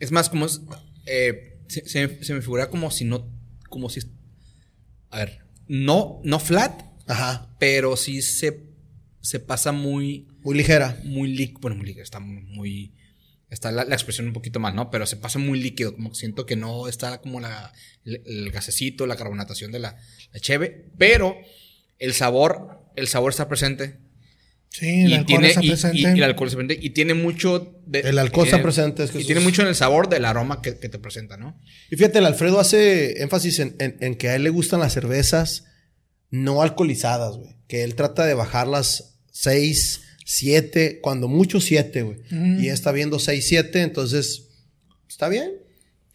[SPEAKER 3] es más como. es- eh, se, se- se me figura como si no. Como si. A ver. No, no flat,
[SPEAKER 2] Ajá.
[SPEAKER 3] pero sí se, se pasa muy.
[SPEAKER 2] Muy ligera.
[SPEAKER 3] Muy líquido. Bueno, muy líquido. Está muy. Está la, la expresión un poquito mal, ¿no? Pero se pasa muy líquido. Como que siento que no está como la, el, el gasecito, la carbonatación de la, la cheve. Pero el sabor. El sabor está presente
[SPEAKER 1] Sí, el
[SPEAKER 3] y
[SPEAKER 1] alcohol
[SPEAKER 3] tiene
[SPEAKER 1] está
[SPEAKER 3] y-
[SPEAKER 1] presente.
[SPEAKER 3] y- y el alcohol está presente y tiene mucho de-
[SPEAKER 2] El alcohol está
[SPEAKER 3] eh,
[SPEAKER 2] presente, es que
[SPEAKER 3] y
[SPEAKER 2] eso
[SPEAKER 3] tiene
[SPEAKER 2] es-
[SPEAKER 3] mucho en el sabor del aroma que, que te presenta no
[SPEAKER 2] Y fíjate, el Alfredo hace énfasis en, en- en que a él le gustan las cervezas no alcoholizadas, güey. Que él trata de bajarlas 6, 7, cuando mucho 7, güey. Y está viendo 6, 7, entonces está bien.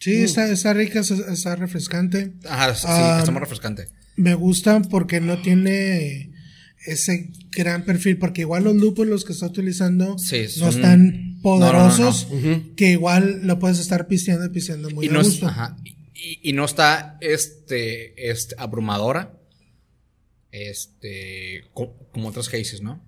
[SPEAKER 1] Sí, está, está rica, está está refrescante.
[SPEAKER 3] ajá sí
[SPEAKER 1] Ah,
[SPEAKER 3] está más refrescante
[SPEAKER 1] Me gustan porque no tiene ese gran perfil, porque igual los lúpulos que está utilizando
[SPEAKER 3] Sí,
[SPEAKER 1] no
[SPEAKER 3] son-
[SPEAKER 1] están
[SPEAKER 3] No, no, no, no.
[SPEAKER 1] poderosos, que igual lo puedes estar pisteando y pisteando muy
[SPEAKER 3] y
[SPEAKER 1] a
[SPEAKER 3] no, es-
[SPEAKER 1] gusto.
[SPEAKER 3] ajá, y, y no está este, este abrumadora este co- como otras cases no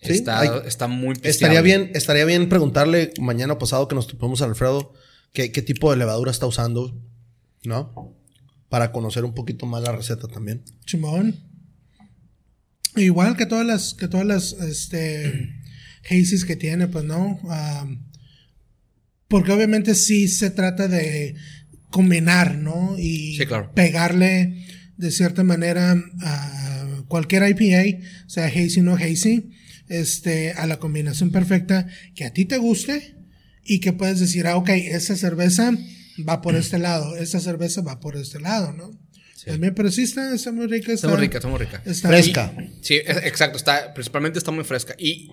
[SPEAKER 2] Sí,
[SPEAKER 3] está
[SPEAKER 2] hay-
[SPEAKER 3] está muy pisteable.
[SPEAKER 2] Estaría bien, estaría bien preguntarle mañana o pasado que nos topemos a Alfredo qué, qué tipo de levadura está usando, ¿no? Para conocer un poquito más la receta también.
[SPEAKER 1] Chimón. Igual que todas las, que todas las, este, hazes que tiene, pues, ¿no? Am, porque obviamente sí se trata de combinar, ¿no? Y
[SPEAKER 3] Sí, claro.
[SPEAKER 1] pegarle de cierta manera a cualquier IPA, sea hazy o no hazy, este, a la combinación perfecta que a ti te guste y que puedes decir, ah, ok, esta cerveza va por este lado, esta cerveza va por este lado, ¿no?
[SPEAKER 3] Sí.
[SPEAKER 1] También, pero sí está, está muy rica.
[SPEAKER 3] está muy rica está muy rica
[SPEAKER 1] está-
[SPEAKER 2] Fresca.
[SPEAKER 3] Sí, es- exacto, está, principalmente está muy fresca. Y,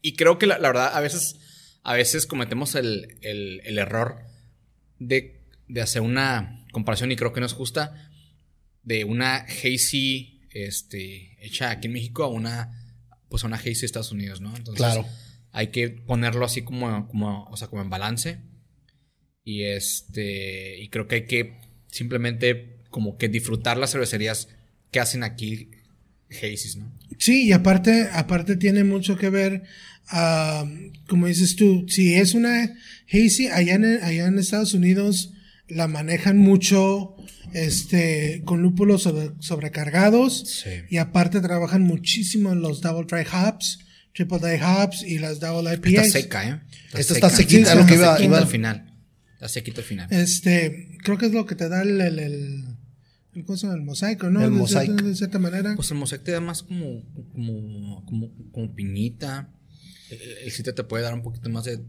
[SPEAKER 3] y creo que la, la verdad, a veces, a veces cometemos el, el- el error de, de hacer una comparación, y creo que no es justa, de una hazy este, hecha aquí en México a una, pues a una hazy de Estados Unidos, ¿no? Entonces,
[SPEAKER 2] Claro.
[SPEAKER 3] hay que ponerlo así como, como, o sea, como en balance. Y este, y creo que hay que simplemente como que disfrutar las cervecerías que hacen aquí Hazes, ¿no?
[SPEAKER 1] Sí, y aparte, aparte tiene mucho que ver, ah, como dices tú, si es una hazy, allá en, allá en Estados Unidos la manejan mucho este, con lúpulos sobre- sobrecargados
[SPEAKER 3] Sí.
[SPEAKER 1] y aparte trabajan muchísimo los double dry hops, triple dry hops y las double
[SPEAKER 3] Está
[SPEAKER 1] IPAs.
[SPEAKER 3] seca, ¿eh?
[SPEAKER 2] Esta está
[SPEAKER 1] sequita,
[SPEAKER 3] Sí,
[SPEAKER 1] lo que
[SPEAKER 3] está
[SPEAKER 1] iba-
[SPEAKER 3] sequita
[SPEAKER 1] iba-
[SPEAKER 3] al final. Está sequita al final.
[SPEAKER 1] Este, creo que es lo que te da el, el, el, el, ¿cómo se llama? El mosaico, ¿no?
[SPEAKER 2] El
[SPEAKER 1] De cierta-
[SPEAKER 2] mosaico.
[SPEAKER 1] de cierta manera.
[SPEAKER 3] Pues el mosaic te da más como, como, como, como piñita. El, el cítrico te puede dar un poquito más de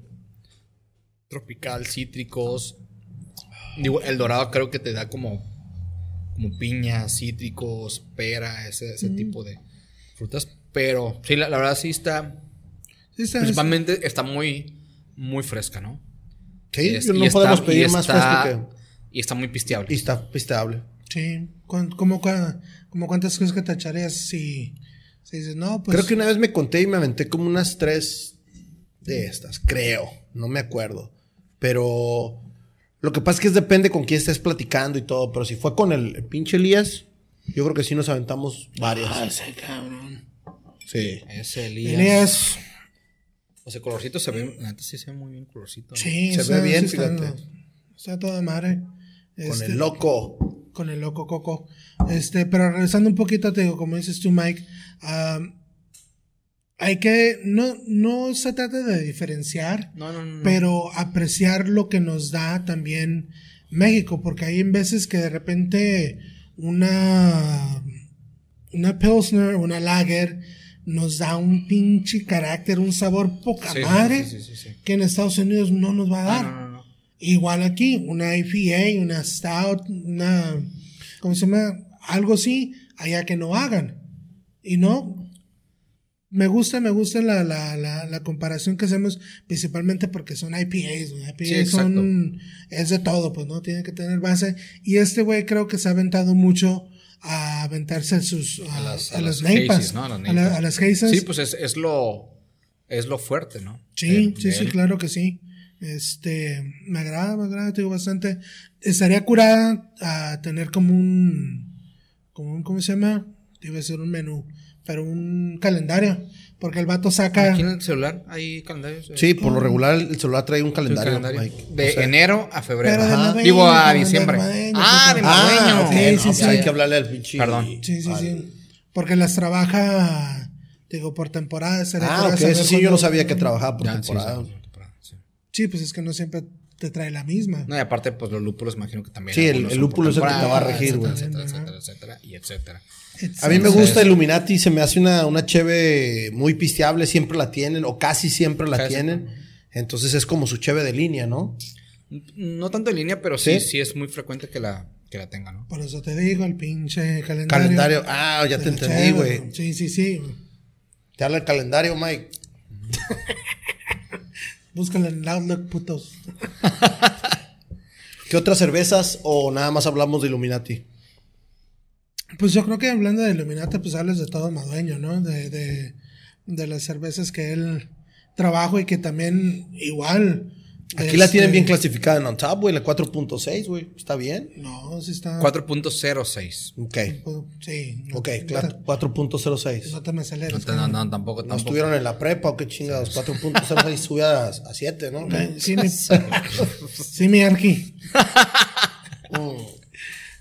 [SPEAKER 3] tropical, cítricos. Digo, el dorado creo que te da como, como piña, cítricos, pera, ese, ese tipo de frutas. Pero sí, la, la verdad sí está.
[SPEAKER 1] Sí,
[SPEAKER 3] pues
[SPEAKER 1] está-
[SPEAKER 3] Principalmente está muy, muy fresca, ¿no?
[SPEAKER 2] Sí,
[SPEAKER 3] Y es-
[SPEAKER 2] yo no
[SPEAKER 3] y está-
[SPEAKER 2] podemos
[SPEAKER 3] y
[SPEAKER 2] pedir más
[SPEAKER 3] está-
[SPEAKER 2] fresco
[SPEAKER 3] Y está muy
[SPEAKER 2] que. Y
[SPEAKER 3] pisteable.
[SPEAKER 2] está pisteable.
[SPEAKER 1] sí. ¿Cuán- ¿Cómo, cua- cómo cuántas cosas que tacharías si, si dices, no, pues.
[SPEAKER 2] creo que una vez me conté y me aventé como unas tres de estas, creo. No me acuerdo. Pero lo que pasa es que es depende con quién estés platicando y todo. Pero si fue con el, el pinche Elías, yo creo que sí nos aventamos varias.
[SPEAKER 3] Ah,
[SPEAKER 1] ese cabrón.
[SPEAKER 2] Sí.
[SPEAKER 3] Es el
[SPEAKER 1] Elías.
[SPEAKER 3] O sea, colorcito se ve. la neta sí se ve muy bien colorcito.
[SPEAKER 1] Sí,
[SPEAKER 2] Se
[SPEAKER 1] está-
[SPEAKER 2] ve bien,
[SPEAKER 1] sí está-
[SPEAKER 2] fíjate.
[SPEAKER 1] Está toda madre.
[SPEAKER 2] Con
[SPEAKER 1] Este,
[SPEAKER 2] el loco.
[SPEAKER 1] con el loco Coco. Este, pero regresando un poquito, te digo, como dices tú, Mike, ah, hay que, no, no se trata de diferenciar,
[SPEAKER 3] No, no, no. no.
[SPEAKER 1] pero apreciar lo que nos da también México, porque hay en veces que de repente una, una Pilsner, una Lager, nos da un pinche carácter, un sabor poca
[SPEAKER 3] Sí, sí,
[SPEAKER 1] madre,
[SPEAKER 3] sí, sí, sí, sí.
[SPEAKER 1] que en Estados Unidos no nos va a
[SPEAKER 3] Ah,
[SPEAKER 1] dar.
[SPEAKER 3] no, no, no.
[SPEAKER 1] Igual aquí, una IPA, una Stout, una. ¿Cómo se llama? Algo así, allá que no hagan. Y no. Me gusta, me gusta la, la, la, la comparación que hacemos, principalmente porque son IPAs, güey. IPAs
[SPEAKER 3] exacto.
[SPEAKER 1] son. Es de todo, pues, ¿no? Tiene que tener base. Y este güey creo que se ha aventado mucho a aventarse sus. A,
[SPEAKER 3] las-
[SPEAKER 1] a
[SPEAKER 3] a
[SPEAKER 1] las
[SPEAKER 3] las Hazes,
[SPEAKER 1] neipas,
[SPEAKER 3] ¿no? A
[SPEAKER 1] A,
[SPEAKER 3] las
[SPEAKER 1] la-
[SPEAKER 3] neipas.
[SPEAKER 1] a las Hazes.
[SPEAKER 3] Sí, pues es, es lo. Es lo fuerte, ¿no?
[SPEAKER 1] Sí,
[SPEAKER 2] Eh,
[SPEAKER 3] De-
[SPEAKER 1] sí,
[SPEAKER 3] de
[SPEAKER 1] sí,
[SPEAKER 3] él.
[SPEAKER 1] claro que sí. Este, me agrada, me agrada, te digo bastante. Estaría curada a tener como un, como un, ¿cómo se llama? Debe ser un menú, pero un calendario, porque el vato saca,
[SPEAKER 3] Aquí en el celular hay calendarios. eh,
[SPEAKER 2] Sí, por lo regular el celular trae un
[SPEAKER 3] el
[SPEAKER 2] calendario.
[SPEAKER 3] calendario.
[SPEAKER 2] Mike.
[SPEAKER 3] De
[SPEAKER 2] O sea,
[SPEAKER 3] enero a febrero.
[SPEAKER 1] Pero de
[SPEAKER 3] Ajá.
[SPEAKER 1] navideño,
[SPEAKER 3] Digo a
[SPEAKER 1] cabrón, de
[SPEAKER 3] diciembre.
[SPEAKER 1] navideño,
[SPEAKER 3] ah,
[SPEAKER 1] puta
[SPEAKER 3] de
[SPEAKER 1] madre.
[SPEAKER 3] navideño.
[SPEAKER 2] Ah,
[SPEAKER 1] Sí,
[SPEAKER 2] ok, no,
[SPEAKER 1] sí,
[SPEAKER 2] pues
[SPEAKER 1] sí.
[SPEAKER 2] hay que hablarle al pinche.
[SPEAKER 3] Perdón.
[SPEAKER 1] sí, sí,
[SPEAKER 2] al-
[SPEAKER 1] sí, porque las trabaja, digo, por temporada.
[SPEAKER 2] Ah, ok, eso sí, yo no sabía que trabajaba por
[SPEAKER 3] Ya, sí,
[SPEAKER 2] temporada.
[SPEAKER 3] sí, sí, temporada, sí.
[SPEAKER 1] Sí, pues es que no siempre te trae la misma.
[SPEAKER 3] No, y aparte, pues los lúpulos, imagino que también.
[SPEAKER 2] Sí, el-
[SPEAKER 3] algunos
[SPEAKER 2] el
[SPEAKER 3] son
[SPEAKER 2] lúpulo es el que te
[SPEAKER 3] temporada,
[SPEAKER 2] va a regir, güey.
[SPEAKER 3] Etcétera,
[SPEAKER 1] Ajá.
[SPEAKER 3] etcétera, etcétera, y etcétera.
[SPEAKER 2] A mí me
[SPEAKER 3] Sí,
[SPEAKER 2] gusta
[SPEAKER 3] sí.
[SPEAKER 2] Illuminati, se me hace una, una cheve muy pisteable, siempre la tienen, o casi siempre la
[SPEAKER 3] Casi.
[SPEAKER 2] tienen. Entonces es como su cheve de línea, ¿no?
[SPEAKER 3] No tanto en línea, pero sí,
[SPEAKER 2] ¿Sí?
[SPEAKER 3] sí, es muy frecuente que la, que la tenga, ¿no?
[SPEAKER 1] Por eso te digo, el pinche calendario.
[SPEAKER 2] Calendario. Ah, ya
[SPEAKER 1] de
[SPEAKER 2] te
[SPEAKER 1] la
[SPEAKER 2] entendí,
[SPEAKER 1] chava,
[SPEAKER 2] güey.
[SPEAKER 1] Sí, sí, sí, güey.
[SPEAKER 2] Te habla el calendario, Mike.
[SPEAKER 1] Búscala en el Outlook, putos.
[SPEAKER 2] ¿Qué otras cervezas o nada más hablamos de Illuminati?
[SPEAKER 1] Pues yo creo que hablando de Illuminati, pues hablas de todo Madueño, ¿no? De, de, de las cervezas que él trabaja y que también igual.
[SPEAKER 2] Aquí la
[SPEAKER 1] este,
[SPEAKER 2] tienen bien clasificada en On Top, güey, la 4.6, güey. Está bien.
[SPEAKER 1] No, sí está.
[SPEAKER 3] 4.06.
[SPEAKER 2] Ok,
[SPEAKER 1] pues, Sí. no-
[SPEAKER 2] ok,
[SPEAKER 1] no
[SPEAKER 2] cla-
[SPEAKER 1] te-
[SPEAKER 2] 4.06.
[SPEAKER 1] No te me aceleres.
[SPEAKER 3] No, te- no, no, tampoco,
[SPEAKER 2] No
[SPEAKER 3] tampoco.
[SPEAKER 2] Ah, estuvieron en la prepa o qué chingados. 4.06 sube a, a 7, ¿no?
[SPEAKER 1] cabrón. eh, Sí, mi, sí, mi Arqui.
[SPEAKER 2] Mm.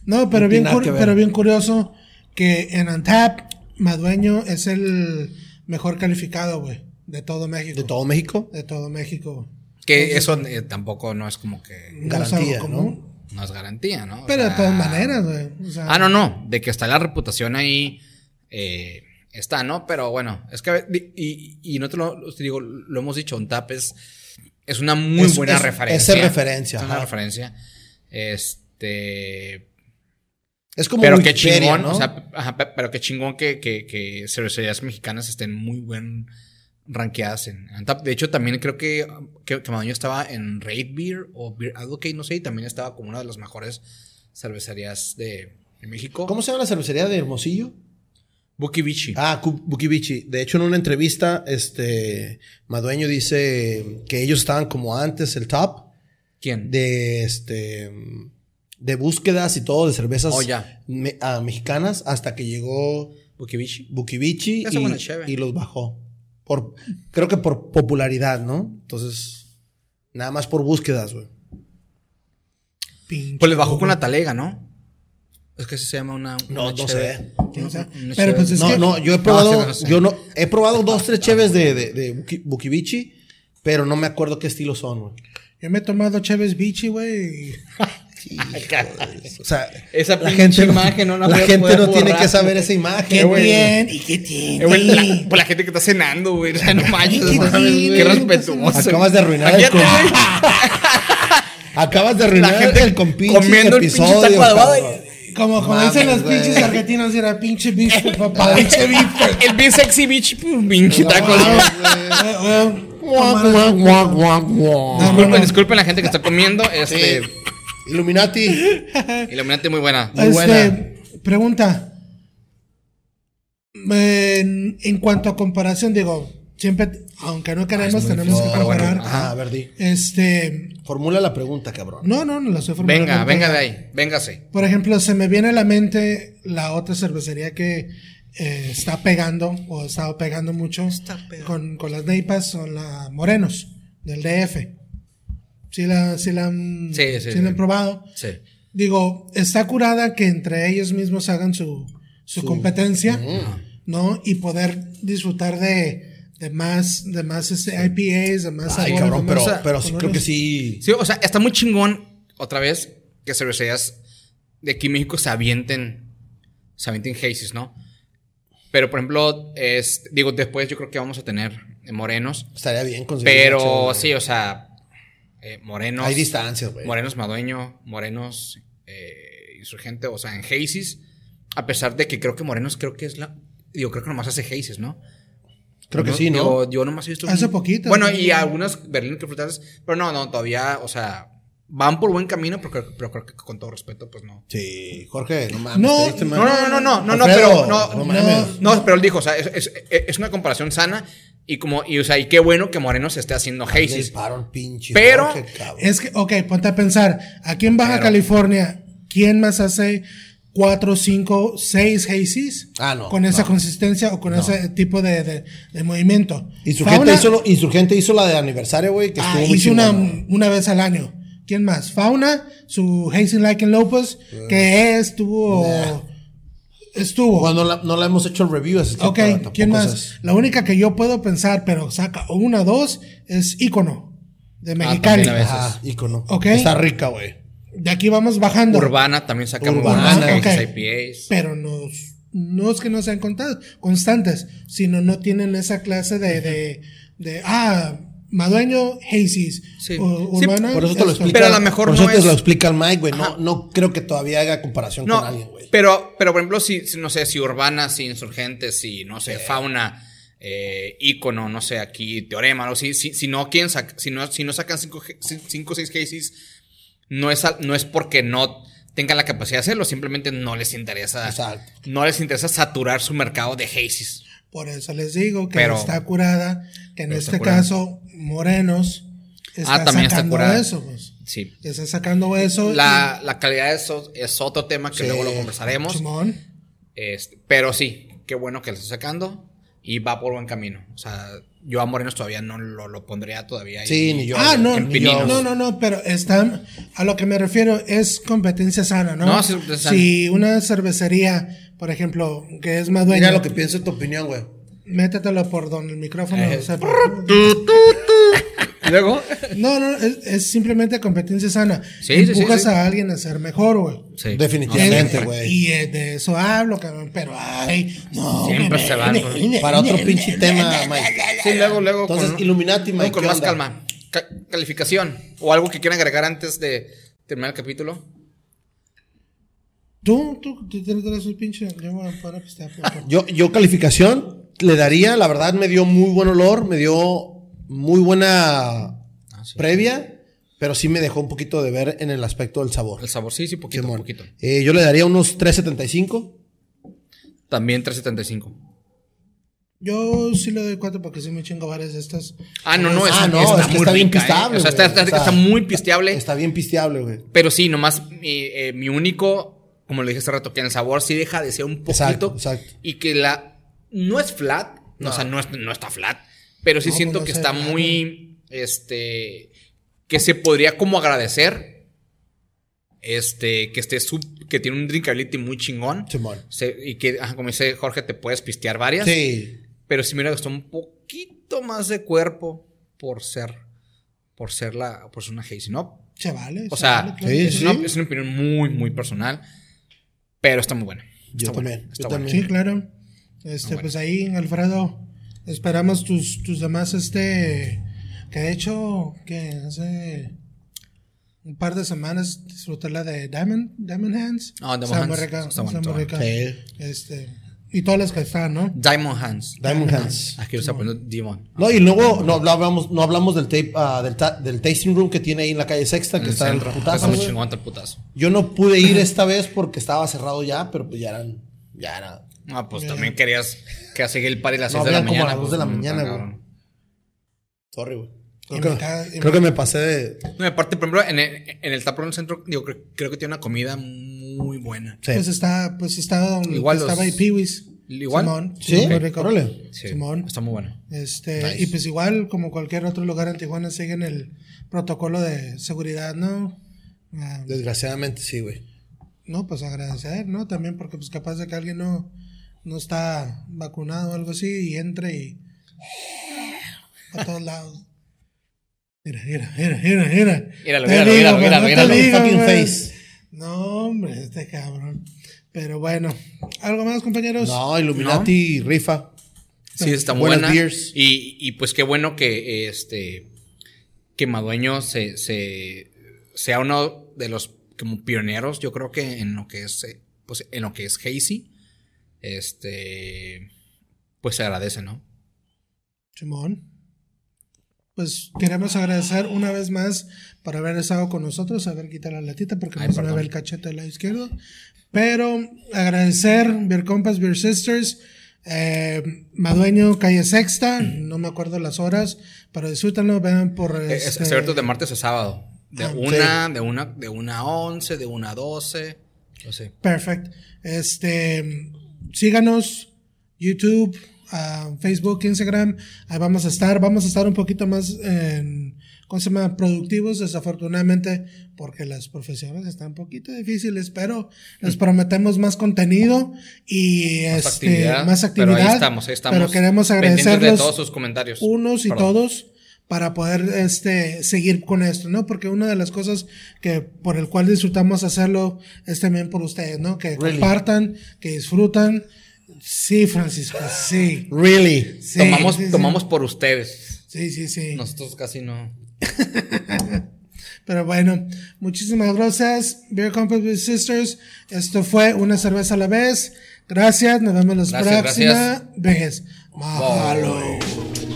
[SPEAKER 1] No, pero
[SPEAKER 2] No
[SPEAKER 1] bien,
[SPEAKER 2] tiene nada
[SPEAKER 1] cur-
[SPEAKER 2] que ver.
[SPEAKER 1] pero bien curioso que en Antap, Madueño es el mejor calificado, güey. De todo México.
[SPEAKER 2] De todo México.
[SPEAKER 1] De todo México, güey.
[SPEAKER 3] Que eso eh, tampoco no es como que.
[SPEAKER 1] No es algo
[SPEAKER 2] Garantía,
[SPEAKER 1] común.
[SPEAKER 3] No es garantía, ¿no? O
[SPEAKER 1] Pero de
[SPEAKER 3] sea,
[SPEAKER 1] todas maneras, güey. O sea,
[SPEAKER 3] Ah, no, no. De que está la reputación ahí. eh, está, ¿no? Pero bueno, es que. a ve- Y, y, y no te lo te digo, lo hemos dicho, un tap es, es una muy
[SPEAKER 2] Es-
[SPEAKER 3] buena
[SPEAKER 2] es-
[SPEAKER 3] referencia.
[SPEAKER 2] es referencia,
[SPEAKER 3] Es una
[SPEAKER 2] ajá.
[SPEAKER 3] referencia. Este.
[SPEAKER 2] Es como
[SPEAKER 3] pero qué
[SPEAKER 2] Wikipedia,
[SPEAKER 3] chingón,
[SPEAKER 2] ¿no?
[SPEAKER 3] o sea, ajá, pe- pero qué chingón que, que, que cervecerías mexicanas estén muy buen rankeadas en Antap. De hecho, también creo que, que, que Madaño estaba en Raid Beer o Beer Advocate, no sé, y también estaba como una de las mejores cervecerías de, de México.
[SPEAKER 2] ¿Cómo se llama la cervecería de Hermosillo?
[SPEAKER 3] Buki Bichi.
[SPEAKER 2] Ah, Cu- Bukibichi. De hecho, en una entrevista, este Madueño dice que ellos estaban como antes el top
[SPEAKER 3] ¿Quién?
[SPEAKER 2] de este de búsquedas y todo de cervezas
[SPEAKER 3] Oh, ya.
[SPEAKER 2] me- ah, mexicanas hasta que llegó
[SPEAKER 3] Buki Bichi.
[SPEAKER 2] Bukibichi
[SPEAKER 3] Esa buena cheve.
[SPEAKER 2] y, y los bajó. Por, creo que por popularidad, ¿no? Entonces, nada más por búsquedas, güey.
[SPEAKER 1] pinche
[SPEAKER 3] Pues les bajó con
[SPEAKER 1] culo.
[SPEAKER 3] la talega, ¿no? Es que así se llama una.
[SPEAKER 2] No,
[SPEAKER 3] una
[SPEAKER 2] no
[SPEAKER 3] cheve.
[SPEAKER 2] sé.
[SPEAKER 1] ¿Quién sabe?
[SPEAKER 3] Una
[SPEAKER 1] Pero
[SPEAKER 3] cheve.
[SPEAKER 1] pues es
[SPEAKER 2] no,
[SPEAKER 1] que-
[SPEAKER 2] no, yo he probado,
[SPEAKER 3] sí, no sé.
[SPEAKER 2] yo no, he probado dos, tres cheves de, de, de Buki- Bukibichi, pero no me acuerdo qué estilo son, güey.
[SPEAKER 1] Yo me he tomado Chévez Bichi, güey. y-
[SPEAKER 2] O sea,
[SPEAKER 3] Esa
[SPEAKER 2] la
[SPEAKER 3] pinche
[SPEAKER 2] gente no,
[SPEAKER 3] imagen no la voy a
[SPEAKER 2] gente
[SPEAKER 3] poder
[SPEAKER 2] no tiene
[SPEAKER 3] borrar.
[SPEAKER 2] que saber esa
[SPEAKER 1] Qué
[SPEAKER 2] imagen, güey.
[SPEAKER 1] bien. ¿Y qué tiene?
[SPEAKER 3] Eh, güey, la, pues la gente que está cenando, güey. O sea, no manches,
[SPEAKER 1] Ay,
[SPEAKER 3] no
[SPEAKER 1] qué
[SPEAKER 3] mames,
[SPEAKER 1] bien,
[SPEAKER 3] Qué
[SPEAKER 1] no pasa
[SPEAKER 3] respetuoso.
[SPEAKER 2] Acabas de arruinar el
[SPEAKER 3] Imagínate,
[SPEAKER 2] con- Acabas de arruinar el compinche
[SPEAKER 4] comiendo el pinche
[SPEAKER 2] episodio.
[SPEAKER 4] taco de baba
[SPEAKER 2] cabrón.
[SPEAKER 4] y-
[SPEAKER 1] Como, como
[SPEAKER 2] Mames,
[SPEAKER 1] dicen los
[SPEAKER 2] güey.
[SPEAKER 1] pinches argentinos, era pinche bife, papá. Este,
[SPEAKER 3] Pinche beef, El bien sexy bitch, pinche taco.
[SPEAKER 2] Ah,
[SPEAKER 1] Eh, eh,
[SPEAKER 2] Guau, guau, guau, guau, guau.
[SPEAKER 3] Disculpen, disculpen la gente que está comiendo. Este,
[SPEAKER 2] Illuminati.
[SPEAKER 3] Iluminante muy buena.
[SPEAKER 2] Muy buena.
[SPEAKER 1] Este, pregunta. En, en cuanto a comparación, digo, siempre, aunque no queremos, tenemos que comparar.
[SPEAKER 2] Ah, a ver, di.
[SPEAKER 1] Este,
[SPEAKER 2] Formula la pregunta, cabrón.
[SPEAKER 1] no, no, no la estoy formulando.
[SPEAKER 3] Venga, venga de ahí. Véngase.
[SPEAKER 1] Por ejemplo, se me viene a la mente la otra cervecería que eh, está pegando o ha estado pegando mucho Con, con las neipas, son la Morenos, del DF. Sí la, sí la han,
[SPEAKER 3] Sí, sí,
[SPEAKER 1] sí la han
[SPEAKER 3] sí.
[SPEAKER 1] probado.
[SPEAKER 3] Sí.
[SPEAKER 1] Digo, está curada que entre ellos mismos hagan su, su competencia,
[SPEAKER 2] Mm.
[SPEAKER 1] ¿no? Y poder disfrutar de, de más, de más este, IPAs, de más
[SPEAKER 2] Ay,
[SPEAKER 1] sabores,
[SPEAKER 2] cabrón,
[SPEAKER 1] de
[SPEAKER 2] pero,
[SPEAKER 1] más sa-
[SPEAKER 2] pero sí, creo que
[SPEAKER 1] colores.
[SPEAKER 2] sí.
[SPEAKER 3] Sí, o sea, está muy chingón, otra vez, que cervecerías de aquí en México se avienten, se avienten Hazes, ¿no? Pero, por ejemplo, es, digo, después yo creo que vamos a tener morenos,
[SPEAKER 2] Estaría bien conseguir.
[SPEAKER 3] pero
[SPEAKER 2] una
[SPEAKER 3] sí, o sea, eh, morenos.
[SPEAKER 2] Hay distancias, güey.
[SPEAKER 3] Morenos Madueño, Morenos eh, Insurgente, o sea, en Hazes, a pesar de que creo que Morenos creo que es la... Digo, creo que nomás hace Hazes, ¿no?
[SPEAKER 2] Creo que
[SPEAKER 3] Yo-
[SPEAKER 2] sí, ¿no?
[SPEAKER 3] Yo, yo nomás he visto...
[SPEAKER 1] Hace
[SPEAKER 3] un-
[SPEAKER 1] poquito,
[SPEAKER 3] Bueno,
[SPEAKER 1] ¿no?
[SPEAKER 3] y algunas Berlín que frutales, pero no, no, todavía, o sea, van por buen camino, pero, creo- pero creo que con todo respeto, pues no.
[SPEAKER 2] Sí, Jorge, no mames.
[SPEAKER 1] No,
[SPEAKER 2] te diste mal.
[SPEAKER 3] No, no, no, no, no, no,
[SPEAKER 2] Alfredo,
[SPEAKER 3] pero no, no,
[SPEAKER 2] mames.
[SPEAKER 3] no, pero él dijo, o sea, es, es- es una comparación sana y como, y o sea, y qué bueno que Morenos esté haciendo
[SPEAKER 2] Le
[SPEAKER 3] Hazes.
[SPEAKER 2] disparo al pinche
[SPEAKER 3] Pero-
[SPEAKER 2] Jorge, cabrón.
[SPEAKER 1] Es que, ok, ponte a pensar, aquí en Baja
[SPEAKER 3] Pero-
[SPEAKER 1] California, ¿quién más hace cuatro, cinco, seis hazies?
[SPEAKER 2] Ah, no,
[SPEAKER 1] Con esa
[SPEAKER 2] no.
[SPEAKER 1] consistencia o con ese tipo de, de- de movimiento.
[SPEAKER 2] Insurgente,
[SPEAKER 1] Fauna-
[SPEAKER 2] hizo lo- Insurgente hizo la de aniversario, güey, que
[SPEAKER 1] Ah,
[SPEAKER 2] estuvo muy
[SPEAKER 1] hizo una,
[SPEAKER 2] chingona.
[SPEAKER 1] una vez al año. ¿Quién más? Fauna, su Hazen Like and Lopez,
[SPEAKER 2] Mm.
[SPEAKER 1] que estuvo. Estuvo.
[SPEAKER 2] Bueno, no la, no la hemos hecho el review, así que
[SPEAKER 1] ok,
[SPEAKER 2] para- tampoco
[SPEAKER 1] ¿quién más?
[SPEAKER 2] seas-
[SPEAKER 1] La única que yo puedo pensar, pero saca una o dos, es Ícono, de Mexicali.
[SPEAKER 3] también la vez.
[SPEAKER 2] Ah, ícono.
[SPEAKER 1] Ok.
[SPEAKER 2] Está rica, güey.
[SPEAKER 1] de aquí vamos bajando.
[SPEAKER 3] Urbana también saca muy
[SPEAKER 2] Urbana,
[SPEAKER 3] buenas
[SPEAKER 1] ok.
[SPEAKER 3] Hazes, IPAs.
[SPEAKER 1] Pero nos- no es que no sean contados, constantes, sino no tienen esa clase de. de, de, ah, Madueño, Hazy's.
[SPEAKER 3] Sí.
[SPEAKER 1] u-
[SPEAKER 3] Sí,
[SPEAKER 1] Urbana,
[SPEAKER 2] Por eso te lo
[SPEAKER 1] esto.
[SPEAKER 2] explica.
[SPEAKER 3] Pero a lo mejor
[SPEAKER 2] por eso
[SPEAKER 3] no
[SPEAKER 2] te
[SPEAKER 3] es-
[SPEAKER 2] lo explica el Mike, güey.
[SPEAKER 3] Ajá.
[SPEAKER 2] No, no creo que todavía haga comparación
[SPEAKER 3] No,
[SPEAKER 2] con alguien, güey.
[SPEAKER 3] pero, pero por ejemplo, si, si, no sé, si Urbana, si Insurgentes, si, no sé, Fauna, eh, Ícono, no sé, aquí, Teorema, no, si, si, si no, ¿quién saca- si no, si no sacan 5 o 6 cases, no es, al- no es porque no tengan la capacidad de hacerlo, simplemente no les interesa.
[SPEAKER 2] Exacto.
[SPEAKER 3] No les interesa saturar su mercado de cases.
[SPEAKER 1] Por eso les digo que
[SPEAKER 3] Pero-
[SPEAKER 1] está curada, que en
[SPEAKER 3] pero está
[SPEAKER 1] este
[SPEAKER 3] curada.
[SPEAKER 1] caso Morenos está
[SPEAKER 3] Ah, también está
[SPEAKER 1] sacando
[SPEAKER 3] curada.
[SPEAKER 1] eso, pues.
[SPEAKER 3] Sí.
[SPEAKER 1] Está sacando eso.
[SPEAKER 3] La, la calidad de eso es otro tema que
[SPEAKER 2] Sí.
[SPEAKER 3] luego lo
[SPEAKER 1] y-
[SPEAKER 3] conversaremos.
[SPEAKER 1] Simón.
[SPEAKER 3] Este, pero sí, qué bueno que lo está sacando y va por buen camino. O sea, yo a Morenos todavía no lo, lo pondría todavía. ahí.
[SPEAKER 2] Sí, ni yo.
[SPEAKER 1] ah, no,
[SPEAKER 3] en Pininos.
[SPEAKER 1] no, no, no, pero están, a lo que me refiero es competencia sana, ¿no?
[SPEAKER 3] No, sí, competencia sana.
[SPEAKER 1] Si una cervecería, por ejemplo, que es más
[SPEAKER 2] Mira
[SPEAKER 1] dueña,
[SPEAKER 2] lo que pienso en tu opinión, güey.
[SPEAKER 1] métetelo por donde el micrófono.
[SPEAKER 3] Eh.
[SPEAKER 1] o sea,
[SPEAKER 3] Y Luego.
[SPEAKER 1] no, no, es, es simplemente competencia sana.
[SPEAKER 3] Sí, sí, sí,
[SPEAKER 1] Empujas
[SPEAKER 3] sí.
[SPEAKER 1] a alguien a ser mejor, güey.
[SPEAKER 3] Sí.
[SPEAKER 2] Definitivamente,
[SPEAKER 1] Eh,
[SPEAKER 2] güey.
[SPEAKER 1] Y eh, de eso hablo, cabrón. Pero, ay, no.
[SPEAKER 3] Siempre
[SPEAKER 1] güey,
[SPEAKER 3] se van,
[SPEAKER 1] güey,
[SPEAKER 3] güey.
[SPEAKER 2] Para otro pinche tema, Mike.
[SPEAKER 3] Sí, luego, luego.
[SPEAKER 2] Entonces, Illuminati, Mike,
[SPEAKER 3] no, con
[SPEAKER 2] ¿qué
[SPEAKER 3] más
[SPEAKER 2] onda?
[SPEAKER 3] calma. Ca- calificación. O algo que quieran agregar antes de terminar el capítulo.
[SPEAKER 1] Tú, tú, tú tienes tienes un pinche. Yo voy a parar a pistear, por favor.
[SPEAKER 2] Yo, yo calificación le daría, la verdad me dio muy buen olor, me dio muy buena
[SPEAKER 3] Ah,
[SPEAKER 2] previa, pero sí me dejó un poquito de ver en el aspecto del sabor.
[SPEAKER 3] El sabor, sí, sí, poquito,
[SPEAKER 2] Simón.
[SPEAKER 3] poquito.
[SPEAKER 2] Eh, yo le daría unos 3.75.
[SPEAKER 3] También 375.
[SPEAKER 1] Yo sí le doy cuatro porque sí me chingo varias de estas.
[SPEAKER 3] Ah, no, no,
[SPEAKER 2] Ah,
[SPEAKER 3] esa-
[SPEAKER 2] no,
[SPEAKER 3] está
[SPEAKER 2] es que
[SPEAKER 3] muy
[SPEAKER 2] está bien
[SPEAKER 3] rica, ¿eh?
[SPEAKER 2] pisteable,
[SPEAKER 3] O sea, está,
[SPEAKER 2] güey.
[SPEAKER 3] está rica,
[SPEAKER 2] O sea,
[SPEAKER 3] está muy pisteable.
[SPEAKER 2] Está bien pisteable, güey.
[SPEAKER 3] Pero sí, nomás mi, eh, mi único, como le dije hace rato, que en el sabor sí deja de ser un poquito.
[SPEAKER 2] Exacto, exacto.
[SPEAKER 3] Y que la. No es flat. O sea, no, es- no está flat. Pero sí
[SPEAKER 1] No,
[SPEAKER 3] siento
[SPEAKER 1] pues no
[SPEAKER 3] que
[SPEAKER 1] sé,
[SPEAKER 3] está
[SPEAKER 1] claro.
[SPEAKER 3] muy. Este. Que se podría como agradecer. Este. Que esté sub- Que tiene un drinkability muy chingón.
[SPEAKER 2] Simón.
[SPEAKER 3] Se- y que, ajá, como dice Jorge, te puedes pistear varias.
[SPEAKER 2] Sí.
[SPEAKER 3] Pero sí me hubiera gustado un poquito más de cuerpo por ser. Por ser la. Por ser una Hazy, ¿no?
[SPEAKER 1] Chavales.
[SPEAKER 3] O sea,
[SPEAKER 1] chavales,
[SPEAKER 2] sí,
[SPEAKER 1] claro que
[SPEAKER 3] es,
[SPEAKER 2] sí.
[SPEAKER 3] Una, es una opinión muy, muy personal. Pero está muy buena.
[SPEAKER 2] Yo
[SPEAKER 3] Está buena,
[SPEAKER 2] también, yo
[SPEAKER 3] está buena.
[SPEAKER 2] también.
[SPEAKER 1] Sí, claro. Este, pues ahí, Alfredo, esperamos tus, tus demás, este, que de hecho, que hace un par de semanas disfrutar la de Diamond, Diamond Hands.
[SPEAKER 3] Ah, Diamond
[SPEAKER 1] Está
[SPEAKER 3] Hands.
[SPEAKER 1] muy rica,
[SPEAKER 3] Está bueno,
[SPEAKER 1] está muy
[SPEAKER 3] está
[SPEAKER 1] rica. Este, y todas las que están, ¿no?
[SPEAKER 3] Diamond Hands.
[SPEAKER 2] Ah, Diamond Hands.
[SPEAKER 3] Aquí lo está poniendo Demon.
[SPEAKER 2] No, y luego no hablamos, no hablamos del, tape, ah, del, ta- del tasting room que tiene ahí en la calle Sexta, que está en el
[SPEAKER 3] Está
[SPEAKER 2] putazo.
[SPEAKER 3] muy
[SPEAKER 2] güey.
[SPEAKER 3] chingón, está el putazo.
[SPEAKER 2] Yo no pude ir esta vez porque estaba cerrado ya, pero pues ya eran. Ya era.
[SPEAKER 3] Ah, pues también querías que siga el party a las
[SPEAKER 2] No,
[SPEAKER 3] 6 de la
[SPEAKER 2] había como a
[SPEAKER 3] mañana.
[SPEAKER 2] las dos de la
[SPEAKER 3] pues,
[SPEAKER 2] mañana,
[SPEAKER 3] está
[SPEAKER 2] güey.
[SPEAKER 3] cabrón.
[SPEAKER 2] Sorry, güey.
[SPEAKER 1] Y
[SPEAKER 2] Creo, que,
[SPEAKER 1] mitad- y
[SPEAKER 2] creo que me pasé de.
[SPEAKER 3] No, y aparte, por ejemplo, en el, en el Taprón Centro, digo, creo, creo que tiene una comida muy buena.
[SPEAKER 2] Sí.
[SPEAKER 1] Pues está, pues está donde
[SPEAKER 3] Igual
[SPEAKER 1] estaba
[SPEAKER 3] los-
[SPEAKER 1] ahí Peewees.
[SPEAKER 3] Igual.
[SPEAKER 1] Simón,
[SPEAKER 2] Sí,
[SPEAKER 1] muy
[SPEAKER 2] ok,
[SPEAKER 1] rico.
[SPEAKER 2] órale.
[SPEAKER 3] Sí,
[SPEAKER 1] Simón.
[SPEAKER 3] Está muy buena.
[SPEAKER 1] Este,
[SPEAKER 3] Nice.
[SPEAKER 1] y pues igual, como cualquier otro lugar en Tijuana, siguen el protocolo de seguridad, ¿no? Ah,
[SPEAKER 2] Desgraciadamente, sí, güey.
[SPEAKER 1] no, pues agradecer, ¿no? También porque pues capaz de que alguien no, no está vacunado o algo así y entre y... A todos lados. Mira, mira, mira, mira, mira.
[SPEAKER 3] Míralo,
[SPEAKER 1] Te
[SPEAKER 3] míralo,
[SPEAKER 1] digo,
[SPEAKER 3] míralo,
[SPEAKER 1] güey,
[SPEAKER 3] míralo,
[SPEAKER 1] no te
[SPEAKER 3] míralo.
[SPEAKER 1] digo,
[SPEAKER 2] Fucking
[SPEAKER 1] güey.
[SPEAKER 2] face.
[SPEAKER 1] No, hombre, este cabrón. Pero bueno, ¿algo más, compañeros?
[SPEAKER 2] No, Illuminati rifa.
[SPEAKER 3] Sí, está muy
[SPEAKER 2] Buenas
[SPEAKER 3] buena.
[SPEAKER 2] beers.
[SPEAKER 3] Y, y pues qué bueno que este que Madueño se, se sea uno de los como pioneros, yo creo que en lo que es eh, pues en lo que es Hazy. Este pues se agradece, ¿no?
[SPEAKER 1] Simón. Pues queremos agradecer una vez más por haber estado con nosotros. A ver, quita la latita porque
[SPEAKER 3] Ay,
[SPEAKER 1] no se me
[SPEAKER 3] perdón.
[SPEAKER 1] ve el cachete del lado izquierdo. Pero agradecer, Beer Compas, Beer Sisters, eh, Madueño, Calle Sexta, no me acuerdo las horas, pero disfrútenlo, vean por...
[SPEAKER 3] Eh, Es- Es
[SPEAKER 1] este,
[SPEAKER 3] abierto de martes a sábado. De
[SPEAKER 1] Ah,
[SPEAKER 3] una, de una, de una a once, de una a doce. No sé.
[SPEAKER 1] Perfecto. Este, síganos, YouTube, ah, Facebook, Instagram. Ahí vamos a estar. Vamos a estar un poquito más, en, ¿cómo se llama? Productivos, desafortunadamente, porque las profesiones están un poquito difíciles, pero les prometemos más contenido y
[SPEAKER 3] Más
[SPEAKER 1] este,
[SPEAKER 3] actividad,
[SPEAKER 1] más actividad.
[SPEAKER 3] Pero ahí estamos, ahí estamos.
[SPEAKER 1] Pero queremos
[SPEAKER 3] pendientes de todos
[SPEAKER 1] agradecerles
[SPEAKER 3] sus comentarios.
[SPEAKER 1] unos y
[SPEAKER 3] Perdón.
[SPEAKER 1] todos para poder este seguir con esto, ¿no? Porque una de las cosas que por el cual disfrutamos hacerlo es también por ustedes, ¿no? Que
[SPEAKER 2] Really?
[SPEAKER 1] compartan, que disfrutan. Sí, Francisco, sí.
[SPEAKER 2] Really.
[SPEAKER 1] Sí,
[SPEAKER 3] tomamos,
[SPEAKER 1] sí, sí.
[SPEAKER 3] tomamos por ustedes.
[SPEAKER 1] Sí, sí, sí.
[SPEAKER 3] Nosotros casi no.
[SPEAKER 1] Pero bueno, muchísimas gracias, Beer Company with Sisters. Esto fue una cerveza a la vez. Gracias, nos vemos la
[SPEAKER 3] Gracias,
[SPEAKER 1] próxima vez. Mahalo.
[SPEAKER 3] Bye.